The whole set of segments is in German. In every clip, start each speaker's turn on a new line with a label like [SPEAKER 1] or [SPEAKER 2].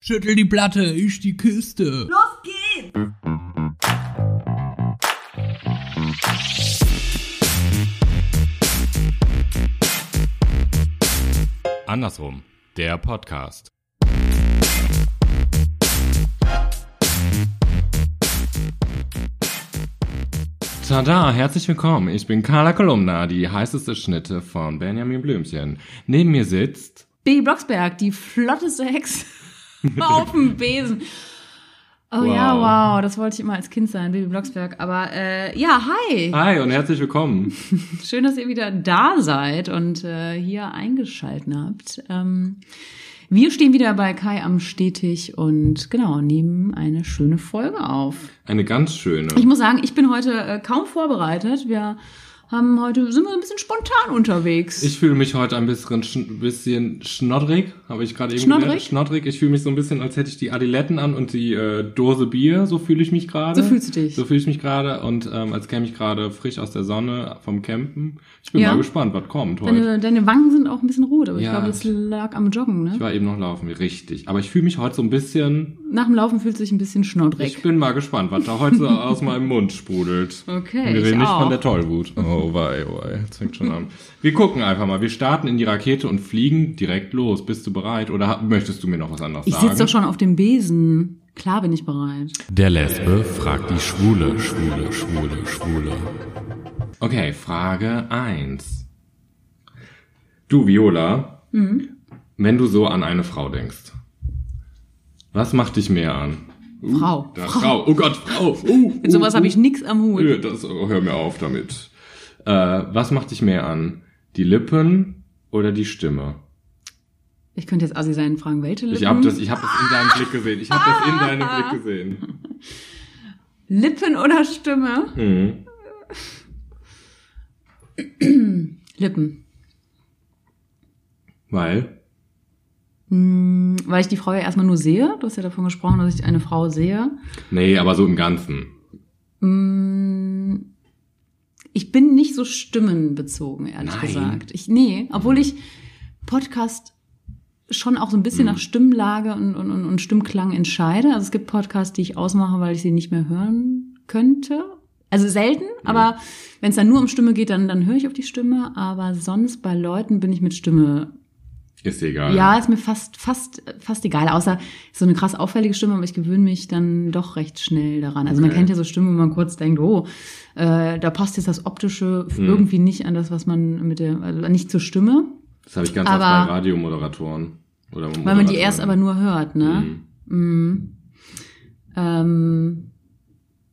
[SPEAKER 1] Schüttel die Platte, ich die Kiste.
[SPEAKER 2] Los geht's!
[SPEAKER 3] Andersrum, der Podcast. Tada, herzlich willkommen. Ich bin Carla Kolumna, die heißeste Schnitte von Benjamin Blümchen. Neben mir sitzt.
[SPEAKER 4] Bibi Blocksberg, die flotteste Hex auf dem Besen. Oh ja,
[SPEAKER 3] Wow.
[SPEAKER 4] wow, das wollte ich immer als Kind sein, Bibi Blocksberg. Aber äh, ja, hi.
[SPEAKER 3] Hi und herzlich willkommen.
[SPEAKER 4] Schön, dass ihr wieder da seid und äh, hier eingeschalten habt. Ähm, wir stehen wieder bei Kai am Stetig und genau, nehmen eine schöne Folge auf.
[SPEAKER 3] Eine ganz
[SPEAKER 4] Ich
[SPEAKER 3] schöne.
[SPEAKER 4] muss sagen, ich bin heute äh, kaum vorbereitet. Wir haben heute, sind wir ein bisschen spontan unterwegs.
[SPEAKER 3] Ich fühle mich heute ein bisschen, schn bisschen schnoddrig, habe ich gerade eben
[SPEAKER 4] Schnoddrig?
[SPEAKER 3] gelernt. Schnoddrig. Ich fühle mich so ein bisschen, als hätte ich die Adiletten an und die äh, Dose Bier. So fühle ich mich gerade.
[SPEAKER 4] So fühlst du dich.
[SPEAKER 3] So fühle ich mich gerade und ähm, als käme ich gerade frisch aus der Sonne vom Campen. Ich bin
[SPEAKER 4] Ja.
[SPEAKER 3] mal gespannt, was kommt heute.
[SPEAKER 4] deine, deine Wangen sind auch ein bisschen rot, aber ich
[SPEAKER 3] Ja,
[SPEAKER 4] glaube, das
[SPEAKER 3] ich-
[SPEAKER 4] lag am Joggen, ne?
[SPEAKER 3] Ich war eben noch laufen, richtig. Aber ich fühle mich heute so ein bisschen.
[SPEAKER 4] Nach dem Laufen fühlt sich ein bisschen
[SPEAKER 3] Ich
[SPEAKER 4] schnoddrig.
[SPEAKER 3] bin mal gespannt, was da heute so aus meinem Mund sprudelt.
[SPEAKER 4] Okay,
[SPEAKER 3] Wir
[SPEAKER 4] ich
[SPEAKER 3] reden nicht
[SPEAKER 4] auch.
[SPEAKER 3] von der Tollwut. Oh wei, oh wei, das fängt schon an. Wir gucken einfach mal. Wir starten in die Rakete und fliegen direkt los. Bist du bereit? Oder ha- möchtest du mir noch was anderes
[SPEAKER 4] Ich
[SPEAKER 3] sagen?
[SPEAKER 4] sitze doch schon auf dem Besen. Klar bin ich bereit.
[SPEAKER 3] Der Lesbe fragt die Schwule, Schwule, Schwule, Schwule. Okay, Frage eins. Du, Viola, wenn du so an eine Frau denkst, was macht dich mehr an? Uh,
[SPEAKER 4] Frau.
[SPEAKER 3] Da, Frau. Oh Gott, Frau. Uh,
[SPEAKER 4] Mit sowas habe ich nix am Hut.
[SPEAKER 3] Äh, Das, oh, hör mir auf damit. Äh, was macht dich mehr an? Die Lippen oder die Stimme?
[SPEAKER 4] Ich könnte jetzt Assi sein und fragen, welche Lippen?
[SPEAKER 3] Ich habe das, ich hab das in deinem Blick gesehen. Ich habe das in deinem Blick gesehen.
[SPEAKER 4] Lippen oder Stimme?
[SPEAKER 3] Mhm.
[SPEAKER 4] Lippen.
[SPEAKER 3] Weil?
[SPEAKER 4] Hm, Weil ich die Frau ja erstmal nur sehe. Du hast ja davon gesprochen, dass ich eine Frau sehe.
[SPEAKER 3] Nee, aber so im Ganzen.
[SPEAKER 4] Hm, Ich bin nicht so stimmenbezogen, ehrlich
[SPEAKER 3] Nein.
[SPEAKER 4] gesagt. Ich, nee, obwohl ich Podcast schon auch so ein bisschen nach Stimmlage und, und, und, und Stimmklang entscheide. Also es gibt Podcasts, die ich ausmache, weil ich sie nicht mehr hören könnte. Also selten, aber wenn es dann nur um Stimme geht, dann, dann höre ich auf die Stimme. Aber sonst bei Leuten bin ich mit Stimme
[SPEAKER 3] Ist egal.
[SPEAKER 4] ja, ist mir fast, fast, fast egal, außer so eine krass auffällige Stimme, aber ich gewöhne mich dann doch recht schnell daran. Also man
[SPEAKER 3] Okay.
[SPEAKER 4] kennt ja so Stimmen, wo man kurz denkt, oh, äh, da passt jetzt das Optische
[SPEAKER 3] Hm.
[SPEAKER 4] irgendwie nicht an das, was man mit der, also nicht zur Stimme,
[SPEAKER 3] Das habe ich ganz
[SPEAKER 4] Aber-
[SPEAKER 3] oft bei Radiomoderatoren. Oder
[SPEAKER 4] weil man die
[SPEAKER 3] Moderatoren.
[SPEAKER 4] erst aber nur hört, ne?
[SPEAKER 3] Mhm.
[SPEAKER 4] Mhm. Ähm,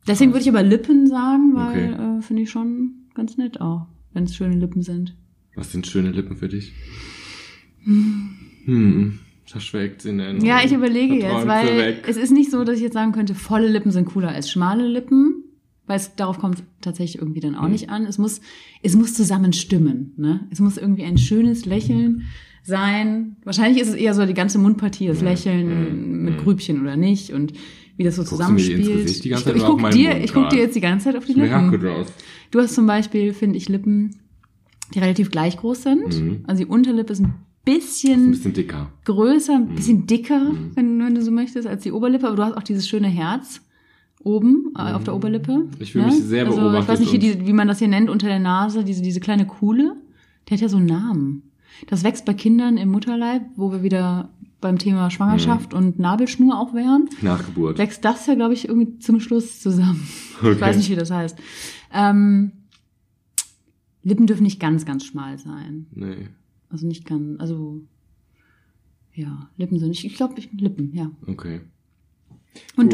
[SPEAKER 4] deswegen würde ich aber Lippen sagen, weil äh, finde ich schon ganz nett auch, wenn es schöne Lippen sind.
[SPEAKER 3] Was sind schöne Lippen für dich? Hm. Das schwelgt in der
[SPEAKER 4] Mhm. Ja, ich überlege jetzt, weil
[SPEAKER 3] Weg.
[SPEAKER 4] es ist nicht so, dass ich jetzt sagen könnte, volle Lippen sind cooler als schmale Lippen, weil es darauf kommt tatsächlich irgendwie dann auch
[SPEAKER 3] Hm.
[SPEAKER 4] nicht an. Es muss, es muss zusammen stimmen, ne? Es muss irgendwie ein schönes Lächeln sein. Wahrscheinlich ist es eher so die ganze Mundpartie, das
[SPEAKER 3] Hm,
[SPEAKER 4] Lächeln
[SPEAKER 3] hm,
[SPEAKER 4] mit
[SPEAKER 3] hm.
[SPEAKER 4] Grübchen oder nicht und wie das so
[SPEAKER 3] Guckst du mir ins
[SPEAKER 4] zusammenspielt.
[SPEAKER 3] Gesicht die ganze Zeit
[SPEAKER 4] ich, ich
[SPEAKER 3] oder auf
[SPEAKER 4] guck
[SPEAKER 3] meinen
[SPEAKER 4] dir,
[SPEAKER 3] Mund
[SPEAKER 4] ich guck dir
[SPEAKER 3] gerade?
[SPEAKER 4] jetzt die ganze Zeit auf die
[SPEAKER 3] Ist mir Hacke
[SPEAKER 4] Lippen.
[SPEAKER 3] drauf.
[SPEAKER 4] Du hast zum Beispiel, finde ich, Lippen, die relativ gleich groß sind.
[SPEAKER 3] Mhm.
[SPEAKER 4] Also die Unterlippe ist ein
[SPEAKER 3] Ein
[SPEAKER 4] bisschen
[SPEAKER 3] bisschen dicker.
[SPEAKER 4] größer, ein bisschen dicker,
[SPEAKER 3] Mhm.
[SPEAKER 4] wenn, wenn du so möchtest, als die Oberlippe. Aber du hast auch dieses schöne Herz oben äh, auf der Oberlippe.
[SPEAKER 3] Mhm. Ich fühle mich sehr
[SPEAKER 4] Also, ich
[SPEAKER 3] beobachtet
[SPEAKER 4] weiß nicht, wie,
[SPEAKER 3] und-
[SPEAKER 4] die, wie man das hier nennt, unter der Nase, diese, diese kleine Kuhle. Die hat ja so einen Namen. Das wächst bei Kindern im Mutterleib, wo wir wieder beim Thema Schwangerschaft
[SPEAKER 3] Mhm.
[SPEAKER 4] und Nabelschnur auch wären.
[SPEAKER 3] Nachgeburt.
[SPEAKER 4] Wächst das ja, glaube ich, irgendwie zum Schluss zusammen. Ich
[SPEAKER 3] Okay.
[SPEAKER 4] weiß nicht, wie das heißt. Ähm, Lippen dürfen nicht ganz, ganz schmal sein.
[SPEAKER 3] Nee.
[SPEAKER 4] Also nicht ganz, also ja, Lippen sind. Ich, ich glaube, ich Lippen, ja.
[SPEAKER 3] Okay.
[SPEAKER 4] Und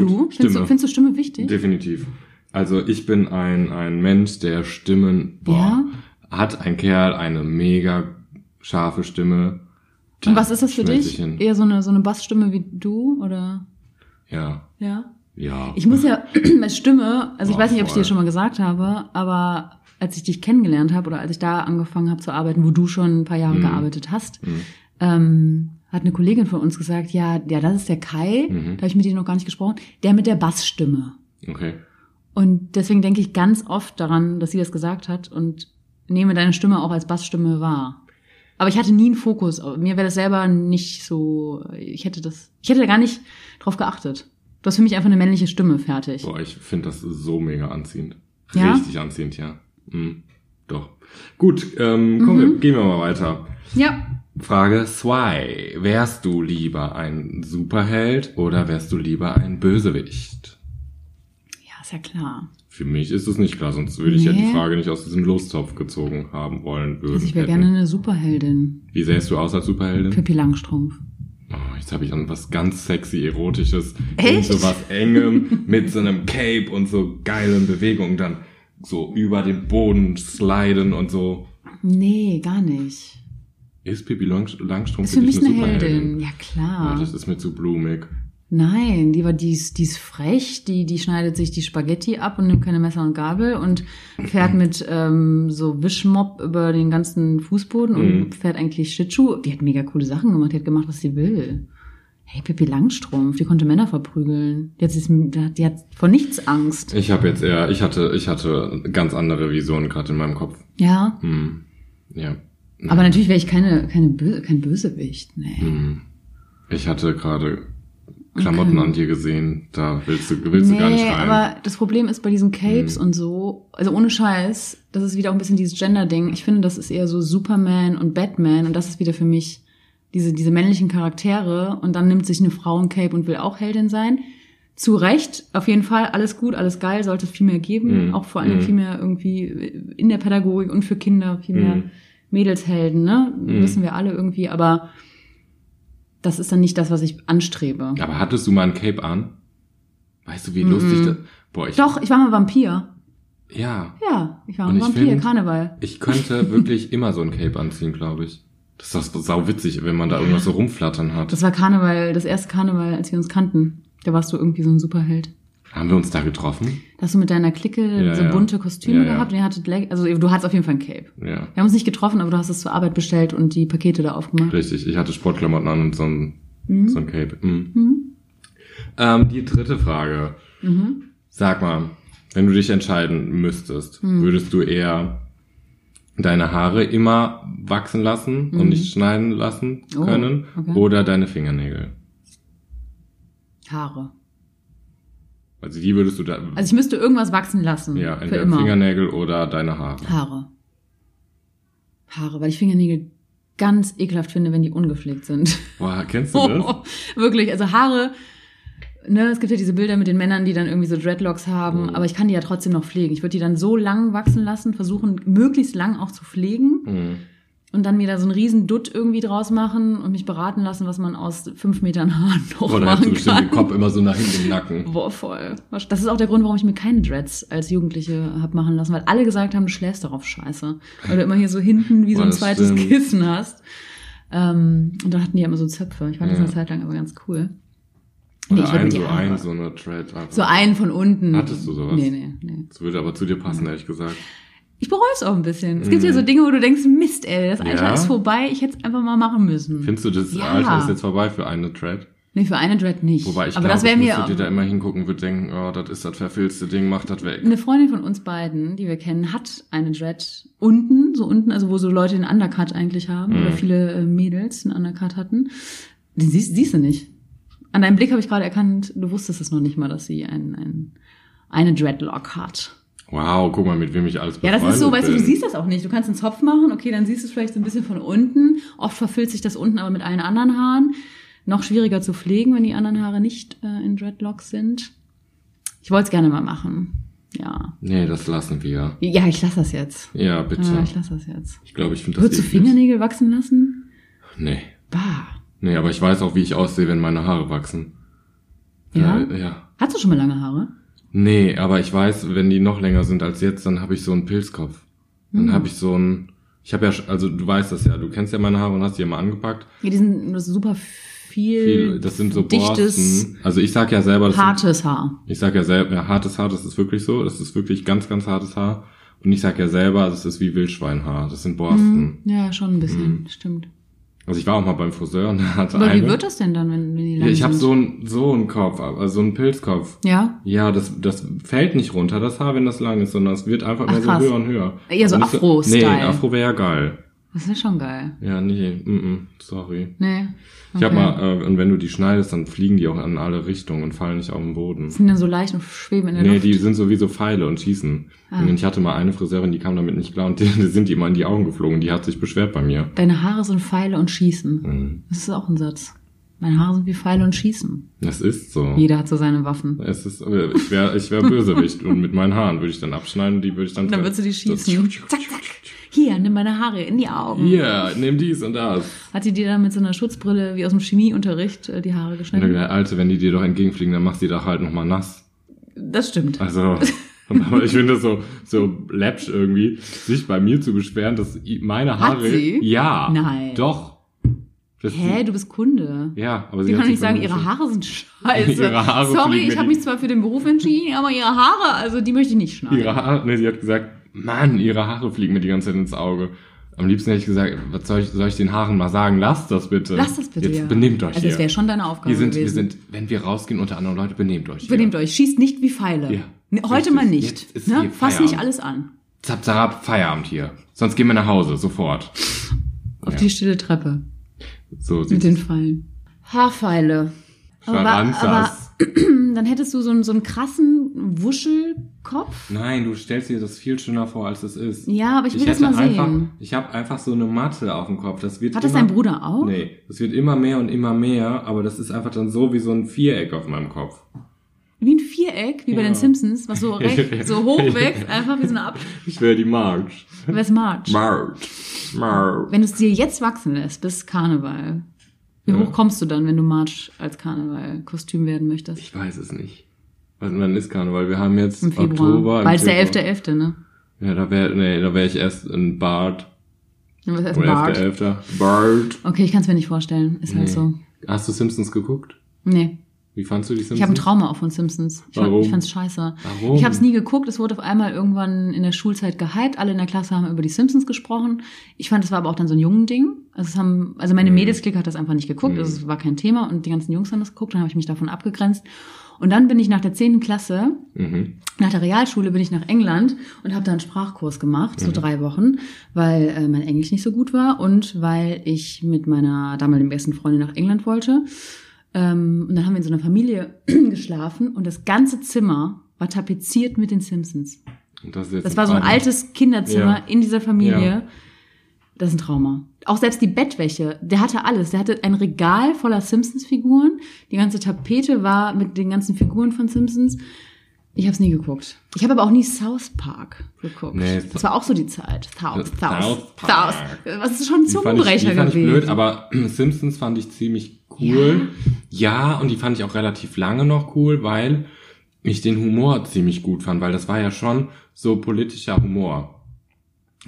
[SPEAKER 3] Gut,
[SPEAKER 4] du? Findest,
[SPEAKER 3] Stimme.
[SPEAKER 4] du? findest du Stimme wichtig?
[SPEAKER 3] Definitiv. Also ich bin ein, ein Mensch, der Stimmen boah, hat ein Kerl eine mega scharfe Stimme.
[SPEAKER 4] Und was ist das für
[SPEAKER 3] Schmelz
[SPEAKER 4] dich?
[SPEAKER 3] ich hin.
[SPEAKER 4] Eher so eine, so eine Bassstimme wie du oder
[SPEAKER 3] Ja.
[SPEAKER 4] ja?
[SPEAKER 3] Ja.
[SPEAKER 4] Ich muss ja meine Stimme, also ich
[SPEAKER 3] Boah,
[SPEAKER 4] weiß nicht, ob ich
[SPEAKER 3] voll.
[SPEAKER 4] dir schon mal gesagt habe, aber als ich dich kennengelernt habe oder als ich da angefangen habe zu arbeiten, wo du schon ein paar Jahre
[SPEAKER 3] Mhm.
[SPEAKER 4] gearbeitet hast,
[SPEAKER 3] Mhm.
[SPEAKER 4] ähm, hat eine Kollegin von uns gesagt, ja, ja, das ist der Kai,
[SPEAKER 3] Mhm.
[SPEAKER 4] da habe ich mit dir noch gar nicht gesprochen, der mit der Bassstimme.
[SPEAKER 3] Okay.
[SPEAKER 4] Und deswegen denke ich ganz oft daran, dass sie das gesagt hat und nehme deine Stimme auch als Bassstimme wahr. Aber ich hatte nie einen Fokus. Mir wäre das selber nicht so, ich hätte das, ich hätte da gar nicht drauf geachtet. Du hast für mich einfach eine männliche Stimme fertig.
[SPEAKER 3] Boah, ich finde das so mega anziehend.
[SPEAKER 4] Ja?
[SPEAKER 3] Richtig anziehend, ja. Mhm. Doch. Gut, ähm, komm,
[SPEAKER 4] Mhm.
[SPEAKER 3] wir, gehen wir mal weiter.
[SPEAKER 4] Ja.
[SPEAKER 3] Frage 2. Wärst du lieber ein Superheld oder wärst du lieber ein Bösewicht?
[SPEAKER 4] Ja, ist ja klar.
[SPEAKER 3] Für mich ist es nicht klar, sonst würde ich ja
[SPEAKER 4] Nee.
[SPEAKER 3] die Frage nicht aus diesem Lostopf gezogen haben wollen würden.
[SPEAKER 4] Also ich wäre
[SPEAKER 3] hätten.
[SPEAKER 4] gerne eine Superheldin.
[SPEAKER 3] Wie sähst du aus als Superheldin?
[SPEAKER 4] Pippi Langstrumpf.
[SPEAKER 3] Oh, jetzt habe ich an was ganz sexy, erotisches,
[SPEAKER 4] Echt?
[SPEAKER 3] und so was engem mit so einem Cape und so geilen Bewegungen dann so über den Boden sliden und so.
[SPEAKER 4] Nee, gar nicht.
[SPEAKER 3] Ist Pippi Lang Langstrumpf
[SPEAKER 4] Ist für mich eine
[SPEAKER 3] Superheldin?
[SPEAKER 4] Heldin. Ja,
[SPEAKER 3] Ah,
[SPEAKER 4] klar.
[SPEAKER 3] das ist mir zu blumig.
[SPEAKER 4] Nein, die war die ist, die ist frech, die, die schneidet sich die Spaghetti ab und nimmt keine Messer und Gabel und fährt mit ähm, so Wischmopp über den ganzen Fußboden und
[SPEAKER 3] Mhm.
[SPEAKER 4] fährt eigentlich Schlittschuh. Die hat mega coole Sachen gemacht, die hat gemacht, was sie will. Hey, Pippi Langstrumpf, die konnte Männer verprügeln. Die hat, sich- die hat vor nichts Angst.
[SPEAKER 3] Ich habe jetzt eher, ich hatte, ich hatte ganz andere Visionen gerade in meinem Kopf.
[SPEAKER 4] Ja,
[SPEAKER 3] Hm. Ja.
[SPEAKER 4] aber natürlich wäre ich keine, keine Bö kein Bösewicht. Nee.
[SPEAKER 3] Hm. Ich hatte gerade Klamotten
[SPEAKER 4] Okay.
[SPEAKER 3] an dir gesehen. Da willst du, willst du gar nicht rein. Hm.
[SPEAKER 4] aber das Problem ist bei diesen Capes und so, also ohne Scheiß, das ist wieder auch ein bisschen dieses Gender-Ding. Ich finde, das ist eher so Superman und Batman und das ist wieder für mich diese, diese männlichen Charaktere und dann nimmt sich eine Frau ein Cape und will auch Heldin sein. Zu Recht, auf jeden Fall, alles gut, alles geil, sollte es viel mehr geben,
[SPEAKER 3] Mhm.
[SPEAKER 4] auch vor allem
[SPEAKER 3] Mhm.
[SPEAKER 4] viel mehr irgendwie in der Pädagogik und für Kinder viel mehr
[SPEAKER 3] Mhm.
[SPEAKER 4] Mädelshelden, ne?
[SPEAKER 3] Mhm.
[SPEAKER 4] Wissen wir alle irgendwie, aber das ist dann nicht das, was ich anstrebe.
[SPEAKER 3] Aber hattest du mal ein Cape an? Weißt du, wie lustig das. Boah, ich.
[SPEAKER 4] Mhm. Doch, ich war mal Vampir.
[SPEAKER 3] Ja.
[SPEAKER 4] Ja, ich war
[SPEAKER 3] Und
[SPEAKER 4] ein
[SPEAKER 3] ich
[SPEAKER 4] Vampir,
[SPEAKER 3] find-
[SPEAKER 4] Karneval.
[SPEAKER 3] Ich könnte wirklich immer so ein Cape anziehen, glaube ich. Das ist doch sau witzig, wenn man da irgendwas so rumflattern hat.
[SPEAKER 4] Das war Karneval, das erste Karneval, als wir uns kannten. Da warst du irgendwie so ein Superheld.
[SPEAKER 3] Haben wir uns da getroffen?
[SPEAKER 4] Da hast du mit deiner Clique
[SPEAKER 3] Ja,
[SPEAKER 4] so
[SPEAKER 3] ja.
[SPEAKER 4] bunte Kostüme
[SPEAKER 3] Ja, ja.
[SPEAKER 4] gehabt und ihr hattet, le- also du hattest auf jeden Fall ein Cape.
[SPEAKER 3] Ja.
[SPEAKER 4] Wir haben uns nicht getroffen, aber du hast es zur Arbeit bestellt und die Pakete da aufgemacht.
[SPEAKER 3] Richtig, ich hatte Sportklamotten an und so ein, so ein Cape. Mhm.
[SPEAKER 4] Mhm.
[SPEAKER 3] Ähm, die dritte Frage. Sag mal, wenn du dich entscheiden müsstest,
[SPEAKER 4] Mhm.
[SPEAKER 3] würdest du eher deine Haare immer wachsen lassen und nicht schneiden lassen
[SPEAKER 4] Mhm. Oh,
[SPEAKER 3] können
[SPEAKER 4] okay.
[SPEAKER 3] oder deine Fingernägel?
[SPEAKER 4] Haare.
[SPEAKER 3] Also die würdest du da,
[SPEAKER 4] Also ich müsste irgendwas wachsen lassen.
[SPEAKER 3] ja,
[SPEAKER 4] für
[SPEAKER 3] entweder
[SPEAKER 4] immer.
[SPEAKER 3] Fingernägel oder deine Haare.
[SPEAKER 4] Haare. Haare, weil ich Fingernägel ganz ekelhaft finde, wenn die ungepflegt sind.
[SPEAKER 3] Boah, kennst
[SPEAKER 4] Oh,
[SPEAKER 3] du das?
[SPEAKER 4] Wirklich, also Haare. Ne, es gibt ja diese Bilder mit den Männern, die dann irgendwie so Dreadlocks haben,
[SPEAKER 3] Mhm.
[SPEAKER 4] aber ich kann die ja trotzdem noch pflegen. Ich würde die dann so lang wachsen lassen, versuchen, möglichst lang auch zu pflegen
[SPEAKER 3] Mhm.
[SPEAKER 4] und dann mir da so einen riesen Dutt irgendwie draus machen und mich beraten lassen, was man aus fünf Metern Haaren noch
[SPEAKER 3] Oder hättest du
[SPEAKER 4] machen
[SPEAKER 3] bestimmt den
[SPEAKER 4] kann.
[SPEAKER 3] Kopf immer so nach hinten im Nacken.
[SPEAKER 4] Boah, voll. Das ist auch der Grund, warum ich mir keine Dreads als Jugendliche hab machen lassen, weil alle gesagt haben, du schläfst darauf scheiße. Weil du immer hier so hinten wie so
[SPEAKER 3] Boah,
[SPEAKER 4] ein
[SPEAKER 3] das
[SPEAKER 4] zweites
[SPEAKER 3] stimmt.
[SPEAKER 4] Kissen hast. Ähm, und dann hatten die ja immer so Zöpfe. Ich fand das
[SPEAKER 3] Ja.
[SPEAKER 4] eine Zeit lang aber ganz cool. Nee,
[SPEAKER 3] Oder
[SPEAKER 4] ich würd mir
[SPEAKER 3] ein,
[SPEAKER 4] die
[SPEAKER 3] so
[SPEAKER 4] Haare-
[SPEAKER 3] ein, so eine Thread. einfach.
[SPEAKER 4] so einen von unten.
[SPEAKER 3] Hattest du sowas?
[SPEAKER 4] Nee, nee, nee.
[SPEAKER 3] Das würde aber zu dir
[SPEAKER 4] Mhm.
[SPEAKER 3] passen, ehrlich gesagt.
[SPEAKER 4] Ich bereue es auch ein bisschen. Es gibt
[SPEAKER 3] Mhm.
[SPEAKER 4] ja so Dinge, wo du denkst, Mist, ey, das Alter
[SPEAKER 3] Ja?
[SPEAKER 4] ist vorbei, ich hätte es einfach mal machen müssen.
[SPEAKER 3] Findest du, das
[SPEAKER 4] Ja.
[SPEAKER 3] Alter ist jetzt vorbei für eine Thread?
[SPEAKER 4] nee, für eine Dread nicht.
[SPEAKER 3] Wobei ich
[SPEAKER 4] aber
[SPEAKER 3] glaube,
[SPEAKER 4] das wäre
[SPEAKER 3] ich
[SPEAKER 4] mir
[SPEAKER 3] müsste dir da immer hingucken, würde denken, oh, das ist das verfilzte Ding, mach das weg.
[SPEAKER 4] Eine Freundin von uns beiden, die wir kennen, hat eine Dread unten, so unten, also wo so Leute den Undercut eigentlich haben oder viele äh, Mädels den Undercut hatten. Den siehst, siehst du nicht. An deinem Blick habe ich gerade erkannt, du wusstest es noch nicht mal, dass sie ein, ein, eine Dreadlock hat.
[SPEAKER 3] Wow, guck mal, mit wem ich alles
[SPEAKER 4] Ja, das
[SPEAKER 3] befreundet
[SPEAKER 4] ist so, weißt du, du
[SPEAKER 3] bin.
[SPEAKER 4] siehst das auch nicht. Du kannst einen Zopf machen, okay, dann siehst du es vielleicht so ein bisschen von unten. Oft verfüllt sich das unten aber mit allen anderen Haaren. Noch schwieriger zu pflegen, wenn die anderen Haare nicht äh, in Dreadlocks sind. Ich wollte es gerne mal machen. Ja.
[SPEAKER 3] Nee, das lassen wir.
[SPEAKER 4] Ja, ich lasse das jetzt.
[SPEAKER 3] Ja, bitte.
[SPEAKER 4] Ja, ich
[SPEAKER 3] ich glaube,
[SPEAKER 4] lasse das jetzt.
[SPEAKER 3] ich, glaub, ich finde das
[SPEAKER 4] Würdest du
[SPEAKER 3] eklig.
[SPEAKER 4] Fingernägel wachsen lassen?
[SPEAKER 3] Nee.
[SPEAKER 4] Bah.
[SPEAKER 3] Nee, aber ich weiß auch, wie ich aussehe, wenn meine Haare wachsen.
[SPEAKER 4] Ja?
[SPEAKER 3] Äh, ja.
[SPEAKER 4] Hast du schon mal lange Haare?
[SPEAKER 3] Nee, aber ich weiß, wenn die noch länger sind als jetzt, dann habe ich so einen Pilzkopf. Dann
[SPEAKER 4] Hm.
[SPEAKER 3] habe ich so einen... Ich habe ja, sch- also du weißt das ja, du kennst ja meine Haare und hast die ja mal angepackt.
[SPEAKER 4] Ja, die sind das ist super viel,
[SPEAKER 3] Viel, das sind so
[SPEAKER 4] Äh, dichtes,
[SPEAKER 3] Borsten. Also ich sag ja selber, das sind
[SPEAKER 4] hartes Haar.
[SPEAKER 3] Ich sag ja selber, ja, hartes Haar, das ist wirklich so. Das ist wirklich ganz, ganz hartes Haar. Und ich sag ja selber, das ist wie Wildschweinhaar. Das sind Borsten.
[SPEAKER 4] Hm. Ja, schon ein bisschen,
[SPEAKER 3] Mhm.
[SPEAKER 4] stimmt.
[SPEAKER 3] Also ich war auch mal beim Friseur und da hatte
[SPEAKER 4] Aber
[SPEAKER 3] eine.
[SPEAKER 4] wie wird das denn dann, wenn, wenn die
[SPEAKER 3] ja,
[SPEAKER 4] lang
[SPEAKER 3] ich habe
[SPEAKER 4] sind?
[SPEAKER 3] so einen so einen Kopf, also so einen Pilzkopf.
[SPEAKER 4] Ja?
[SPEAKER 3] Ja, das, das fällt nicht runter, das Haar, wenn das lang ist, sondern es wird einfach
[SPEAKER 4] Ach,
[SPEAKER 3] immer so
[SPEAKER 4] krass.
[SPEAKER 3] höher und höher.
[SPEAKER 4] Eher so
[SPEAKER 3] Aber nicht
[SPEAKER 4] Afro-Style.
[SPEAKER 3] Nee, Afro wäre ja geil.
[SPEAKER 4] Das ist ja schon geil.
[SPEAKER 3] Ja, nee, mm, mm, sorry.
[SPEAKER 4] Nee.
[SPEAKER 3] Ich hab
[SPEAKER 4] okay.
[SPEAKER 3] mal, äh, und wenn du die schneidest, dann fliegen die auch in alle Richtungen und fallen nicht auf den Boden.
[SPEAKER 4] Sind dann so leicht und schweben in der
[SPEAKER 3] Nee,
[SPEAKER 4] Luft.
[SPEAKER 3] die sind so wie so Pfeile und schießen.
[SPEAKER 4] ne? Ah.
[SPEAKER 3] Und ich hatte mal eine Friseurin, die kam damit nicht klar und die, die sind die immer in die Augen geflogen. Die hat sich beschwert bei mir.
[SPEAKER 4] Deine Haare sind Pfeile und schießen.
[SPEAKER 3] Mhm.
[SPEAKER 4] Das ist auch ein Satz. Meine Haare sind wie Pfeile und schießen.
[SPEAKER 3] Das ist so.
[SPEAKER 4] Jeder hat so seine Waffen.
[SPEAKER 3] Es ist, äh, ich wäre ich wär Bösewicht und mit meinen Haaren würde ich dann abschneiden und die würde ich dann...
[SPEAKER 4] Und dann würdest du die schießen. Zack, zack. Hier, nimm meine Haare in die Augen.
[SPEAKER 3] Hier, nimm dies und das.
[SPEAKER 4] Hat die dir dann mit so einer Schutzbrille wie aus dem Chemieunterricht äh, die
[SPEAKER 3] Und
[SPEAKER 4] Haare
[SPEAKER 3] dann
[SPEAKER 4] geschnitten?
[SPEAKER 3] gedacht, Alte, wenn die dir doch entgegenfliegen, dann machst du die doch halt nochmal nass.
[SPEAKER 4] Das stimmt.
[SPEAKER 3] Also, aber ich finde das so, so läppsch irgendwie, sich bei mir zu beschweren, dass i- meine
[SPEAKER 4] Hat
[SPEAKER 3] Haare...
[SPEAKER 4] sie?
[SPEAKER 3] Ja.
[SPEAKER 4] Nein.
[SPEAKER 3] Doch. Das-
[SPEAKER 4] Hä, du bist Kunde.
[SPEAKER 3] Ja, aber
[SPEAKER 4] Sie
[SPEAKER 3] hat
[SPEAKER 4] kann doch
[SPEAKER 3] sich
[SPEAKER 4] nicht sagen,
[SPEAKER 3] von mir
[SPEAKER 4] ihre
[SPEAKER 3] beschwert.
[SPEAKER 4] Haare sind scheiße.
[SPEAKER 3] Ihre Haare
[SPEAKER 4] Sorry,
[SPEAKER 3] fliegen
[SPEAKER 4] ich
[SPEAKER 3] mir
[SPEAKER 4] habe
[SPEAKER 3] die-
[SPEAKER 4] mich zwar für den Beruf entschieden, aber ihre Haare, also die möchte ich nicht schneiden.
[SPEAKER 3] Ihre Haare, ne, sie hat gesagt, Mann, ihre Haare fliegen mir die ganze Zeit ins Auge. Am liebsten hätte ich gesagt, was soll ich, soll ich den Haaren mal sagen? Lasst das bitte.
[SPEAKER 4] Lass das bitte.
[SPEAKER 3] Jetzt
[SPEAKER 4] ja.
[SPEAKER 3] benehmt euch
[SPEAKER 4] Also das wäre
[SPEAKER 3] hier.
[SPEAKER 4] schon deine Aufgabe
[SPEAKER 3] Wir sind, wir
[SPEAKER 4] gewesen.
[SPEAKER 3] sind, wenn wir rausgehen unter anderen Leute, benehmt euch.
[SPEAKER 4] Benehmt euch, schießt nicht wie Pfeile.
[SPEAKER 3] Ja.
[SPEAKER 4] Ne, Heute
[SPEAKER 3] Richtig.
[SPEAKER 4] mal nicht.
[SPEAKER 3] Jetzt ist
[SPEAKER 4] Ne?
[SPEAKER 3] hier
[SPEAKER 4] Fass
[SPEAKER 3] Feierabend.
[SPEAKER 4] nicht alles an.
[SPEAKER 3] Zap, zarab, Feierabend hier. Sonst gehen wir nach Hause, sofort.
[SPEAKER 4] Auf
[SPEAKER 3] Ja.
[SPEAKER 4] die stille Treppe
[SPEAKER 3] So
[SPEAKER 4] mit
[SPEAKER 3] sieht's
[SPEAKER 4] den Pfeilen. Haarpfeile. Aber, aber
[SPEAKER 3] Scharanzas.
[SPEAKER 4] dann hättest du so einen, so einen krassen Wuschelkopf.
[SPEAKER 3] Nein, du stellst dir das viel schöner vor, als es ist.
[SPEAKER 4] Ja, aber ich will das
[SPEAKER 3] hätte
[SPEAKER 4] mal sehen.
[SPEAKER 3] einfach, Ich habe einfach so eine Matte auf dem Kopf. Das wird
[SPEAKER 4] Hat das
[SPEAKER 3] immer,
[SPEAKER 4] dein Bruder auch?
[SPEAKER 3] Nee, das wird immer mehr und immer mehr, aber das ist einfach dann so wie so ein Viereck auf meinem Kopf.
[SPEAKER 4] Wie ein Viereck, wie bei
[SPEAKER 3] Ja.
[SPEAKER 4] den Simpsons, was so recht, so hoch wächst, einfach wie so eine Ab.
[SPEAKER 3] Ich wäre die Marge.
[SPEAKER 4] Wes March.
[SPEAKER 3] Marge. Marge.
[SPEAKER 4] Wenn du es dir jetzt wachsen lässt bis Karneval, wie
[SPEAKER 3] Ja.
[SPEAKER 4] hoch kommst du dann, wenn du March als Karneval-Kostüm werden möchtest?
[SPEAKER 3] Ich weiß es nicht. Wann wann ist Karneval? Wir haben jetzt
[SPEAKER 4] Im Februar.
[SPEAKER 3] Oktober. im
[SPEAKER 4] Bald ist der
[SPEAKER 3] Februar.
[SPEAKER 4] 11.11., ne?
[SPEAKER 3] Ja, da wäre nee, da wär ich erst ein Bart.
[SPEAKER 4] Ja, Was heißt
[SPEAKER 3] Oder
[SPEAKER 4] Bart?
[SPEAKER 3] erst der Elfter. Bart.
[SPEAKER 4] Okay, ich kann es mir nicht vorstellen. Ist halt
[SPEAKER 3] Nee.
[SPEAKER 4] so.
[SPEAKER 3] Hast du Simpsons geguckt?
[SPEAKER 4] Nee.
[SPEAKER 3] Wie fandst du die Simpsons?
[SPEAKER 4] Ich habe ein Trauma auch von Simpsons. Ich, fand-
[SPEAKER 3] Warum?
[SPEAKER 4] ich fand's scheiße.
[SPEAKER 3] Warum?
[SPEAKER 4] Ich habe es nie geguckt. Es wurde auf einmal irgendwann in der Schulzeit gehypt. Alle in der Klasse haben über die Simpsons gesprochen. Ich fand, es war aber auch dann so ein jungen Ding. Also, es haben, also meine
[SPEAKER 3] Mhm.
[SPEAKER 4] Mädelsklick hat das einfach nicht geguckt.
[SPEAKER 3] Mhm.
[SPEAKER 4] Also es war kein Thema. Und die ganzen Jungs haben das geguckt. Dann habe ich mich davon abgegrenzt. Und dann bin ich nach der 10. Klasse
[SPEAKER 3] Mhm.
[SPEAKER 4] nach der Realschule bin ich nach England und habe da einen Sprachkurs gemacht, so drei Wochen, weil äh, mein Englisch nicht so gut war und weil ich mit meiner damaligen besten Freundin nach England wollte. Ähm, und dann haben wir in so einer Familie geschlafen und das ganze Zimmer war tapeziert mit den Simpsons.
[SPEAKER 3] Und das, ist jetzt
[SPEAKER 4] Das war so ein
[SPEAKER 3] Traum.
[SPEAKER 4] altes Kinderzimmer
[SPEAKER 3] Ja.
[SPEAKER 4] in dieser Familie.
[SPEAKER 3] Ja.
[SPEAKER 4] Das ist ein Trauma. Auch selbst die Bettwäsche, der hatte alles. Der hatte ein Regal voller Simpsons-Figuren. Die ganze Tapete war mit den ganzen Figuren von Simpsons. Ich habe es nie geguckt. Ich habe aber auch nie South Park geguckt.
[SPEAKER 3] Nee,
[SPEAKER 4] das war auch so die Zeit.
[SPEAKER 3] South
[SPEAKER 4] South, South,
[SPEAKER 3] Park.
[SPEAKER 4] South. Was ist schon ein
[SPEAKER 3] Die fand ich, die
[SPEAKER 4] Zungenbrecher
[SPEAKER 3] fand ich
[SPEAKER 4] gewesen?
[SPEAKER 3] blöd, aber Simpsons fand ich ziemlich cool. Ja. und die fand ich auch relativ lange noch cool, weil ich den Humor ziemlich gut fand, weil das war ja schon so politischer Humor.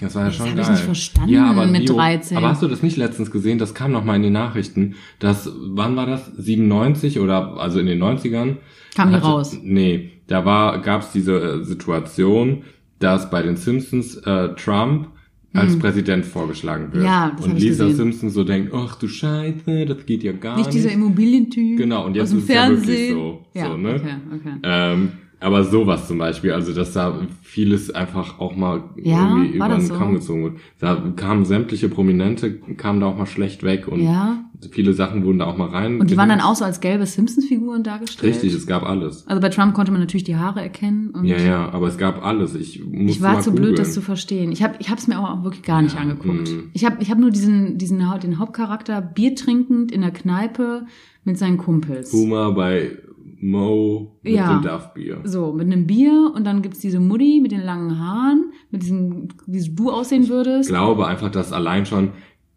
[SPEAKER 3] Das war ja schon
[SPEAKER 4] hab
[SPEAKER 3] geil.
[SPEAKER 4] ich nicht verstanden mit
[SPEAKER 3] Bio-
[SPEAKER 4] 13.
[SPEAKER 3] Aber hast du das nicht letztens gesehen? Das kam noch mal in den Nachrichten. Das, wann war das? 97 oder also in den 90ern?
[SPEAKER 4] Kam die
[SPEAKER 3] hatte-
[SPEAKER 4] raus.
[SPEAKER 3] Also, Nee, da war gab's diese äh, Situation, dass bei den Simpsons äh, Trump als Präsident vorgeschlagen wird.
[SPEAKER 4] Hm. Ja, das hab
[SPEAKER 3] Und
[SPEAKER 4] ich
[SPEAKER 3] Lisa
[SPEAKER 4] gesehen.
[SPEAKER 3] Simpson so denkt, ach du Scheiße, das geht ja gar
[SPEAKER 4] Nicht
[SPEAKER 3] nicht.
[SPEAKER 4] dieser Immobilientyp
[SPEAKER 3] Genau, und jetzt
[SPEAKER 4] aus dem
[SPEAKER 3] ist es ja wirklich
[SPEAKER 4] Fernsehen.
[SPEAKER 3] so. So, ne?
[SPEAKER 4] okay, okay.
[SPEAKER 3] ähm, aber sowas zum Beispiel, also dass da vieles einfach auch mal
[SPEAKER 4] Ja,
[SPEAKER 3] irgendwie über
[SPEAKER 4] war das
[SPEAKER 3] den
[SPEAKER 4] so?
[SPEAKER 3] Kamm gezogen wird. Da kamen sämtliche Prominente, kamen da auch mal schlecht weg und
[SPEAKER 4] ja.
[SPEAKER 3] viele Sachen wurden da auch mal rein.
[SPEAKER 4] Und die waren dann auch so als gelbe Simpsons-Figuren dargestellt.
[SPEAKER 3] genau. Richtig, es gab alles.
[SPEAKER 4] Also bei Trump konnte man natürlich die Haare erkennen. Und
[SPEAKER 3] Ja, ja, aber es gab alles. Ich musste
[SPEAKER 4] Ich war
[SPEAKER 3] mal
[SPEAKER 4] zu
[SPEAKER 3] googeln.
[SPEAKER 4] blöd, das zu verstehen. Ich habe es mir aber auch wirklich gar nicht
[SPEAKER 3] Ja,
[SPEAKER 4] angeguckt.
[SPEAKER 3] mm.
[SPEAKER 4] Ich habe ich hab nur diesen, diesen Hau- den Hauptcharakter Bier trinkend in der Kneipe mit seinen Kumpels.
[SPEAKER 3] Puma bei Mo mit
[SPEAKER 4] Ja.
[SPEAKER 3] dem Duff-Bier.
[SPEAKER 4] So, mit einem Bier und dann gibt's diese Mutti mit den langen Haaren, mit diesem, wie du aussehen
[SPEAKER 3] Ich
[SPEAKER 4] würdest.
[SPEAKER 3] glaube einfach, dass allein schon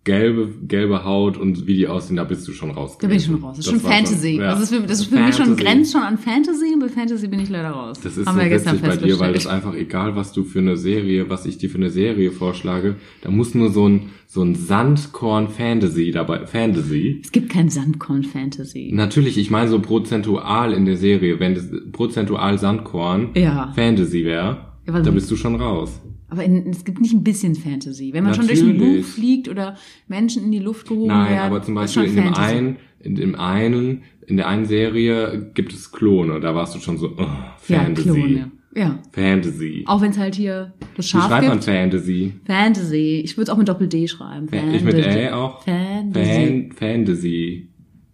[SPEAKER 3] gelbe, gelbe Haut und wie die aussehen, da bist du schon raus.
[SPEAKER 4] Da bin ich
[SPEAKER 3] gewesen.
[SPEAKER 4] schon raus. Das ist schon
[SPEAKER 3] war
[SPEAKER 4] Fantasy.
[SPEAKER 3] ja.
[SPEAKER 4] Das ist für, das ist für mich schon
[SPEAKER 3] Fantasy.
[SPEAKER 4] grenzt schon an Fantasy. Bei Fantasy bin ich leider raus.
[SPEAKER 3] Das ist
[SPEAKER 4] Haben
[SPEAKER 3] so
[SPEAKER 4] wir gestern
[SPEAKER 3] witzig bei dir, weil das
[SPEAKER 4] festgestellt.
[SPEAKER 3] einfach egal, was du für eine Serie, was ich dir für eine Serie vorschlage, da muss nur so ein, so ein Sandkorn Fantasy dabei, Fantasy.
[SPEAKER 4] Es gibt kein Sandkorn-Fantasy.
[SPEAKER 3] Natürlich, ich meine so prozentual in der Serie, wenn das prozentual Sandkorn
[SPEAKER 4] Ja.
[SPEAKER 3] Fantasy wäre,
[SPEAKER 4] Ja, weil-
[SPEAKER 3] da bist du schon raus.
[SPEAKER 4] Aber in, es gibt nicht ein bisschen Fantasy. Wenn man schon durch ein
[SPEAKER 3] Natürlich.
[SPEAKER 4] Buch fliegt oder Menschen in die Luft gehoben
[SPEAKER 3] Nein,
[SPEAKER 4] werden.
[SPEAKER 3] aber zum
[SPEAKER 4] ist
[SPEAKER 3] Beispiel in
[SPEAKER 4] schon
[SPEAKER 3] dem,
[SPEAKER 4] Fantasy.
[SPEAKER 3] einen, in dem einen, in der einen Serie gibt es Klone. Da warst du schon so, oh,
[SPEAKER 4] Ja,
[SPEAKER 3] Fantasy.
[SPEAKER 4] Klone. Ja.
[SPEAKER 3] Fantasy.
[SPEAKER 4] Auch wenn es halt hier das
[SPEAKER 3] Wie
[SPEAKER 4] Schaf
[SPEAKER 3] schreibt man
[SPEAKER 4] gibt.
[SPEAKER 3] Fantasy?
[SPEAKER 4] Fantasy. Ich würde es auch mit Doppel-D schreiben.
[SPEAKER 3] Fan- Ich mit
[SPEAKER 4] Fantasy.
[SPEAKER 3] Ä auch?
[SPEAKER 4] Fantasy.
[SPEAKER 3] Fan Fantasy.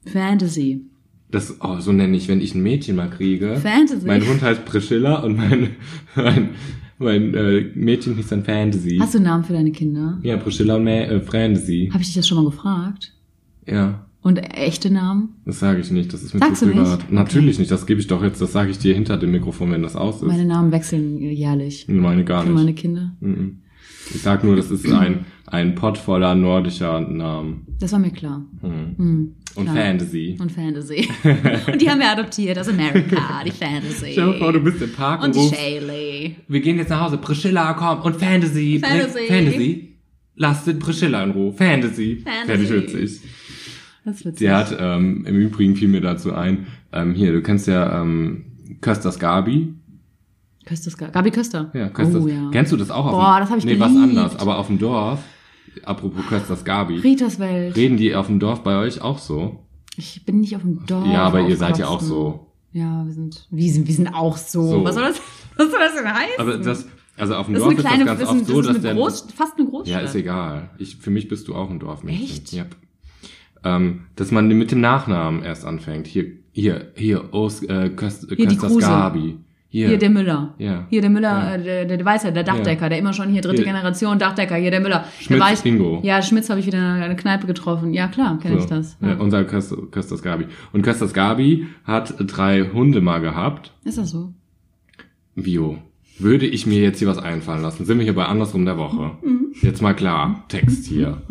[SPEAKER 4] Fantasy.
[SPEAKER 3] Das, oh, so nenne ich, wenn ich ein Mädchen mal kriege.
[SPEAKER 4] Fantasy.
[SPEAKER 3] Mein Hund heißt Priscilla und mein, mein, mein äh, Mädchen hieß dann Fantasy.
[SPEAKER 4] Hast du einen Namen für deine Kinder?
[SPEAKER 3] ja, Priscilla und Mä äh, Fantasy.
[SPEAKER 4] Habe ich dich das schon mal gefragt?
[SPEAKER 3] Ja,
[SPEAKER 4] Und echte Namen?
[SPEAKER 3] das sage ich nicht, das ist mir
[SPEAKER 4] Sagst
[SPEAKER 3] zu
[SPEAKER 4] du nicht?
[SPEAKER 3] privat. Natürlich nicht, das gebe ich doch jetzt, das sage ich dir hinter dem Mikrofon, wenn das aus ist.
[SPEAKER 4] Meine Namen wechseln jährlich.
[SPEAKER 3] Meine gar
[SPEAKER 4] Für
[SPEAKER 3] nicht.
[SPEAKER 4] meine Kinder.
[SPEAKER 3] Mhm. Ich sag nur, das ist ein, ein Pott voller nordischer Namen.
[SPEAKER 4] Das war mir klar.
[SPEAKER 3] Mhm.
[SPEAKER 4] Hm,
[SPEAKER 3] Und
[SPEAKER 4] klar.
[SPEAKER 3] Fantasy.
[SPEAKER 4] Und Fantasy. und die haben wir adoptiert aus Amerika, die Fantasy.
[SPEAKER 3] Stell dir vor, du bist im Park
[SPEAKER 4] und
[SPEAKER 3] und,
[SPEAKER 4] die
[SPEAKER 3] rufst,
[SPEAKER 4] Shaylee.
[SPEAKER 3] wir gehen jetzt nach Hause, Priscilla, komm, und Fantasy, bring-
[SPEAKER 4] Fantasy.
[SPEAKER 3] Fantasy. Lasst den Priscilla in Ruhe. Fantasy.
[SPEAKER 4] Fantasy.
[SPEAKER 3] Fände ich witzig.
[SPEAKER 4] Das ist witzig.
[SPEAKER 3] Sie hat, ähm, im Übrigen fiel mir dazu ein, ähm, hier, du kennst ja, ähm, Kösters Gabi.
[SPEAKER 4] Kösters, Ga- Gabi Köster.
[SPEAKER 3] Ja, Kösters.
[SPEAKER 4] Oh, ja.
[SPEAKER 3] Kennst du das auch auf
[SPEAKER 4] Boah,
[SPEAKER 3] dem,
[SPEAKER 4] das hab ich
[SPEAKER 3] Nee, was
[SPEAKER 4] geliebt.
[SPEAKER 3] anders, aber auf dem Dorf, apropos Kösters Gabi,
[SPEAKER 4] Ritas Welt.
[SPEAKER 3] reden die auf dem Dorf bei euch auch so?
[SPEAKER 4] ich bin nicht Oh, auf dem Dorf.
[SPEAKER 3] ja, aber ihr seid ja auch
[SPEAKER 4] aufgewachsen.
[SPEAKER 3] so.
[SPEAKER 4] Ja, wir sind, wir sind, wir sind auch so.
[SPEAKER 3] So.
[SPEAKER 4] Was soll das, was soll das denn heißen?
[SPEAKER 3] Aber das, also auf dem
[SPEAKER 4] Das ist
[SPEAKER 3] Dorf
[SPEAKER 4] eine
[SPEAKER 3] ist
[SPEAKER 4] kleine,
[SPEAKER 3] das ganz
[SPEAKER 4] das
[SPEAKER 3] oft
[SPEAKER 4] ist,
[SPEAKER 3] so,
[SPEAKER 4] das
[SPEAKER 3] dass
[SPEAKER 4] ist
[SPEAKER 3] der.
[SPEAKER 4] eine Groß, fast eine Großstadt.
[SPEAKER 3] ja, ist egal. Ich, für mich bist du auch ein Dorfmädchen.
[SPEAKER 4] Echt?
[SPEAKER 3] Ja. Ähm, dass man mit dem Nachnamen erst anfängt. Hier, hier, hier, Os, äh, Köst,
[SPEAKER 4] die
[SPEAKER 3] Kösters
[SPEAKER 4] Kruse.
[SPEAKER 3] Gabi. Hier,
[SPEAKER 4] Hier der Müller.
[SPEAKER 3] Ja.
[SPEAKER 4] Hier der Müller,
[SPEAKER 3] Ja.
[SPEAKER 4] äh, der, der, der Weißer, der Dachdecker, der immer schon hier dritte
[SPEAKER 3] Hier.
[SPEAKER 4] Generation Dachdecker, hier der Müller.
[SPEAKER 3] Schmitz,
[SPEAKER 4] der Weiß-
[SPEAKER 3] Ingo.
[SPEAKER 4] Ja, Schmitz habe ich wieder in einer Kneipe getroffen. Ja, klar, kenne ich
[SPEAKER 3] So.
[SPEAKER 4] das.
[SPEAKER 3] Ja.
[SPEAKER 4] Ja.
[SPEAKER 3] unser Köst, Kösters Gabi. Und Kösters Gabi hat drei Hunde mal gehabt.
[SPEAKER 4] Ist das so?
[SPEAKER 3] Bio. Würde ich mir jetzt hier was einfallen lassen? Sind wir hier bei Andersrum der Woche? Jetzt mal klar. Text hier.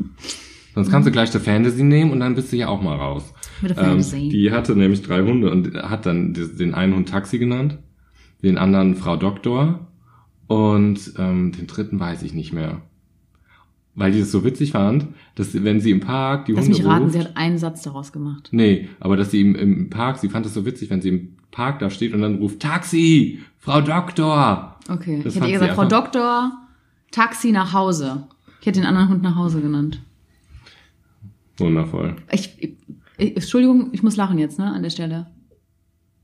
[SPEAKER 3] Sonst kannst du gleich der Fantasy nehmen und dann bist du ja auch mal raus.
[SPEAKER 4] Mit der
[SPEAKER 3] Ähm,
[SPEAKER 4] Fantasy.
[SPEAKER 3] die hatte nämlich drei Hunde und hat dann des- den einen Hund Taxi genannt, den anderen Frau Doktor und ähm, den dritten weiß ich nicht mehr. Weil die das so witzig fand, dass wenn sie im Park die
[SPEAKER 4] Lass
[SPEAKER 3] Hunde
[SPEAKER 4] mich raten,
[SPEAKER 3] ruft,
[SPEAKER 4] sie hat einen Satz daraus gemacht.
[SPEAKER 3] Nee, aber dass sie im, im Park, sie fand das so witzig, wenn sie im Park da steht und dann ruft Taxi, Frau Doktor.
[SPEAKER 4] Okay.
[SPEAKER 3] Das
[SPEAKER 4] ich
[SPEAKER 3] fand
[SPEAKER 4] hätte
[SPEAKER 3] sie
[SPEAKER 4] ihr gesagt, Frau
[SPEAKER 3] einfach-
[SPEAKER 4] Doktor, Taxi nach Hause. Ich hätte den anderen Hund nach Hause genannt.
[SPEAKER 3] Wundervoll.
[SPEAKER 4] Ich, ich, ich, Entschuldigung, ich muss lachen jetzt, ne, an der Stelle.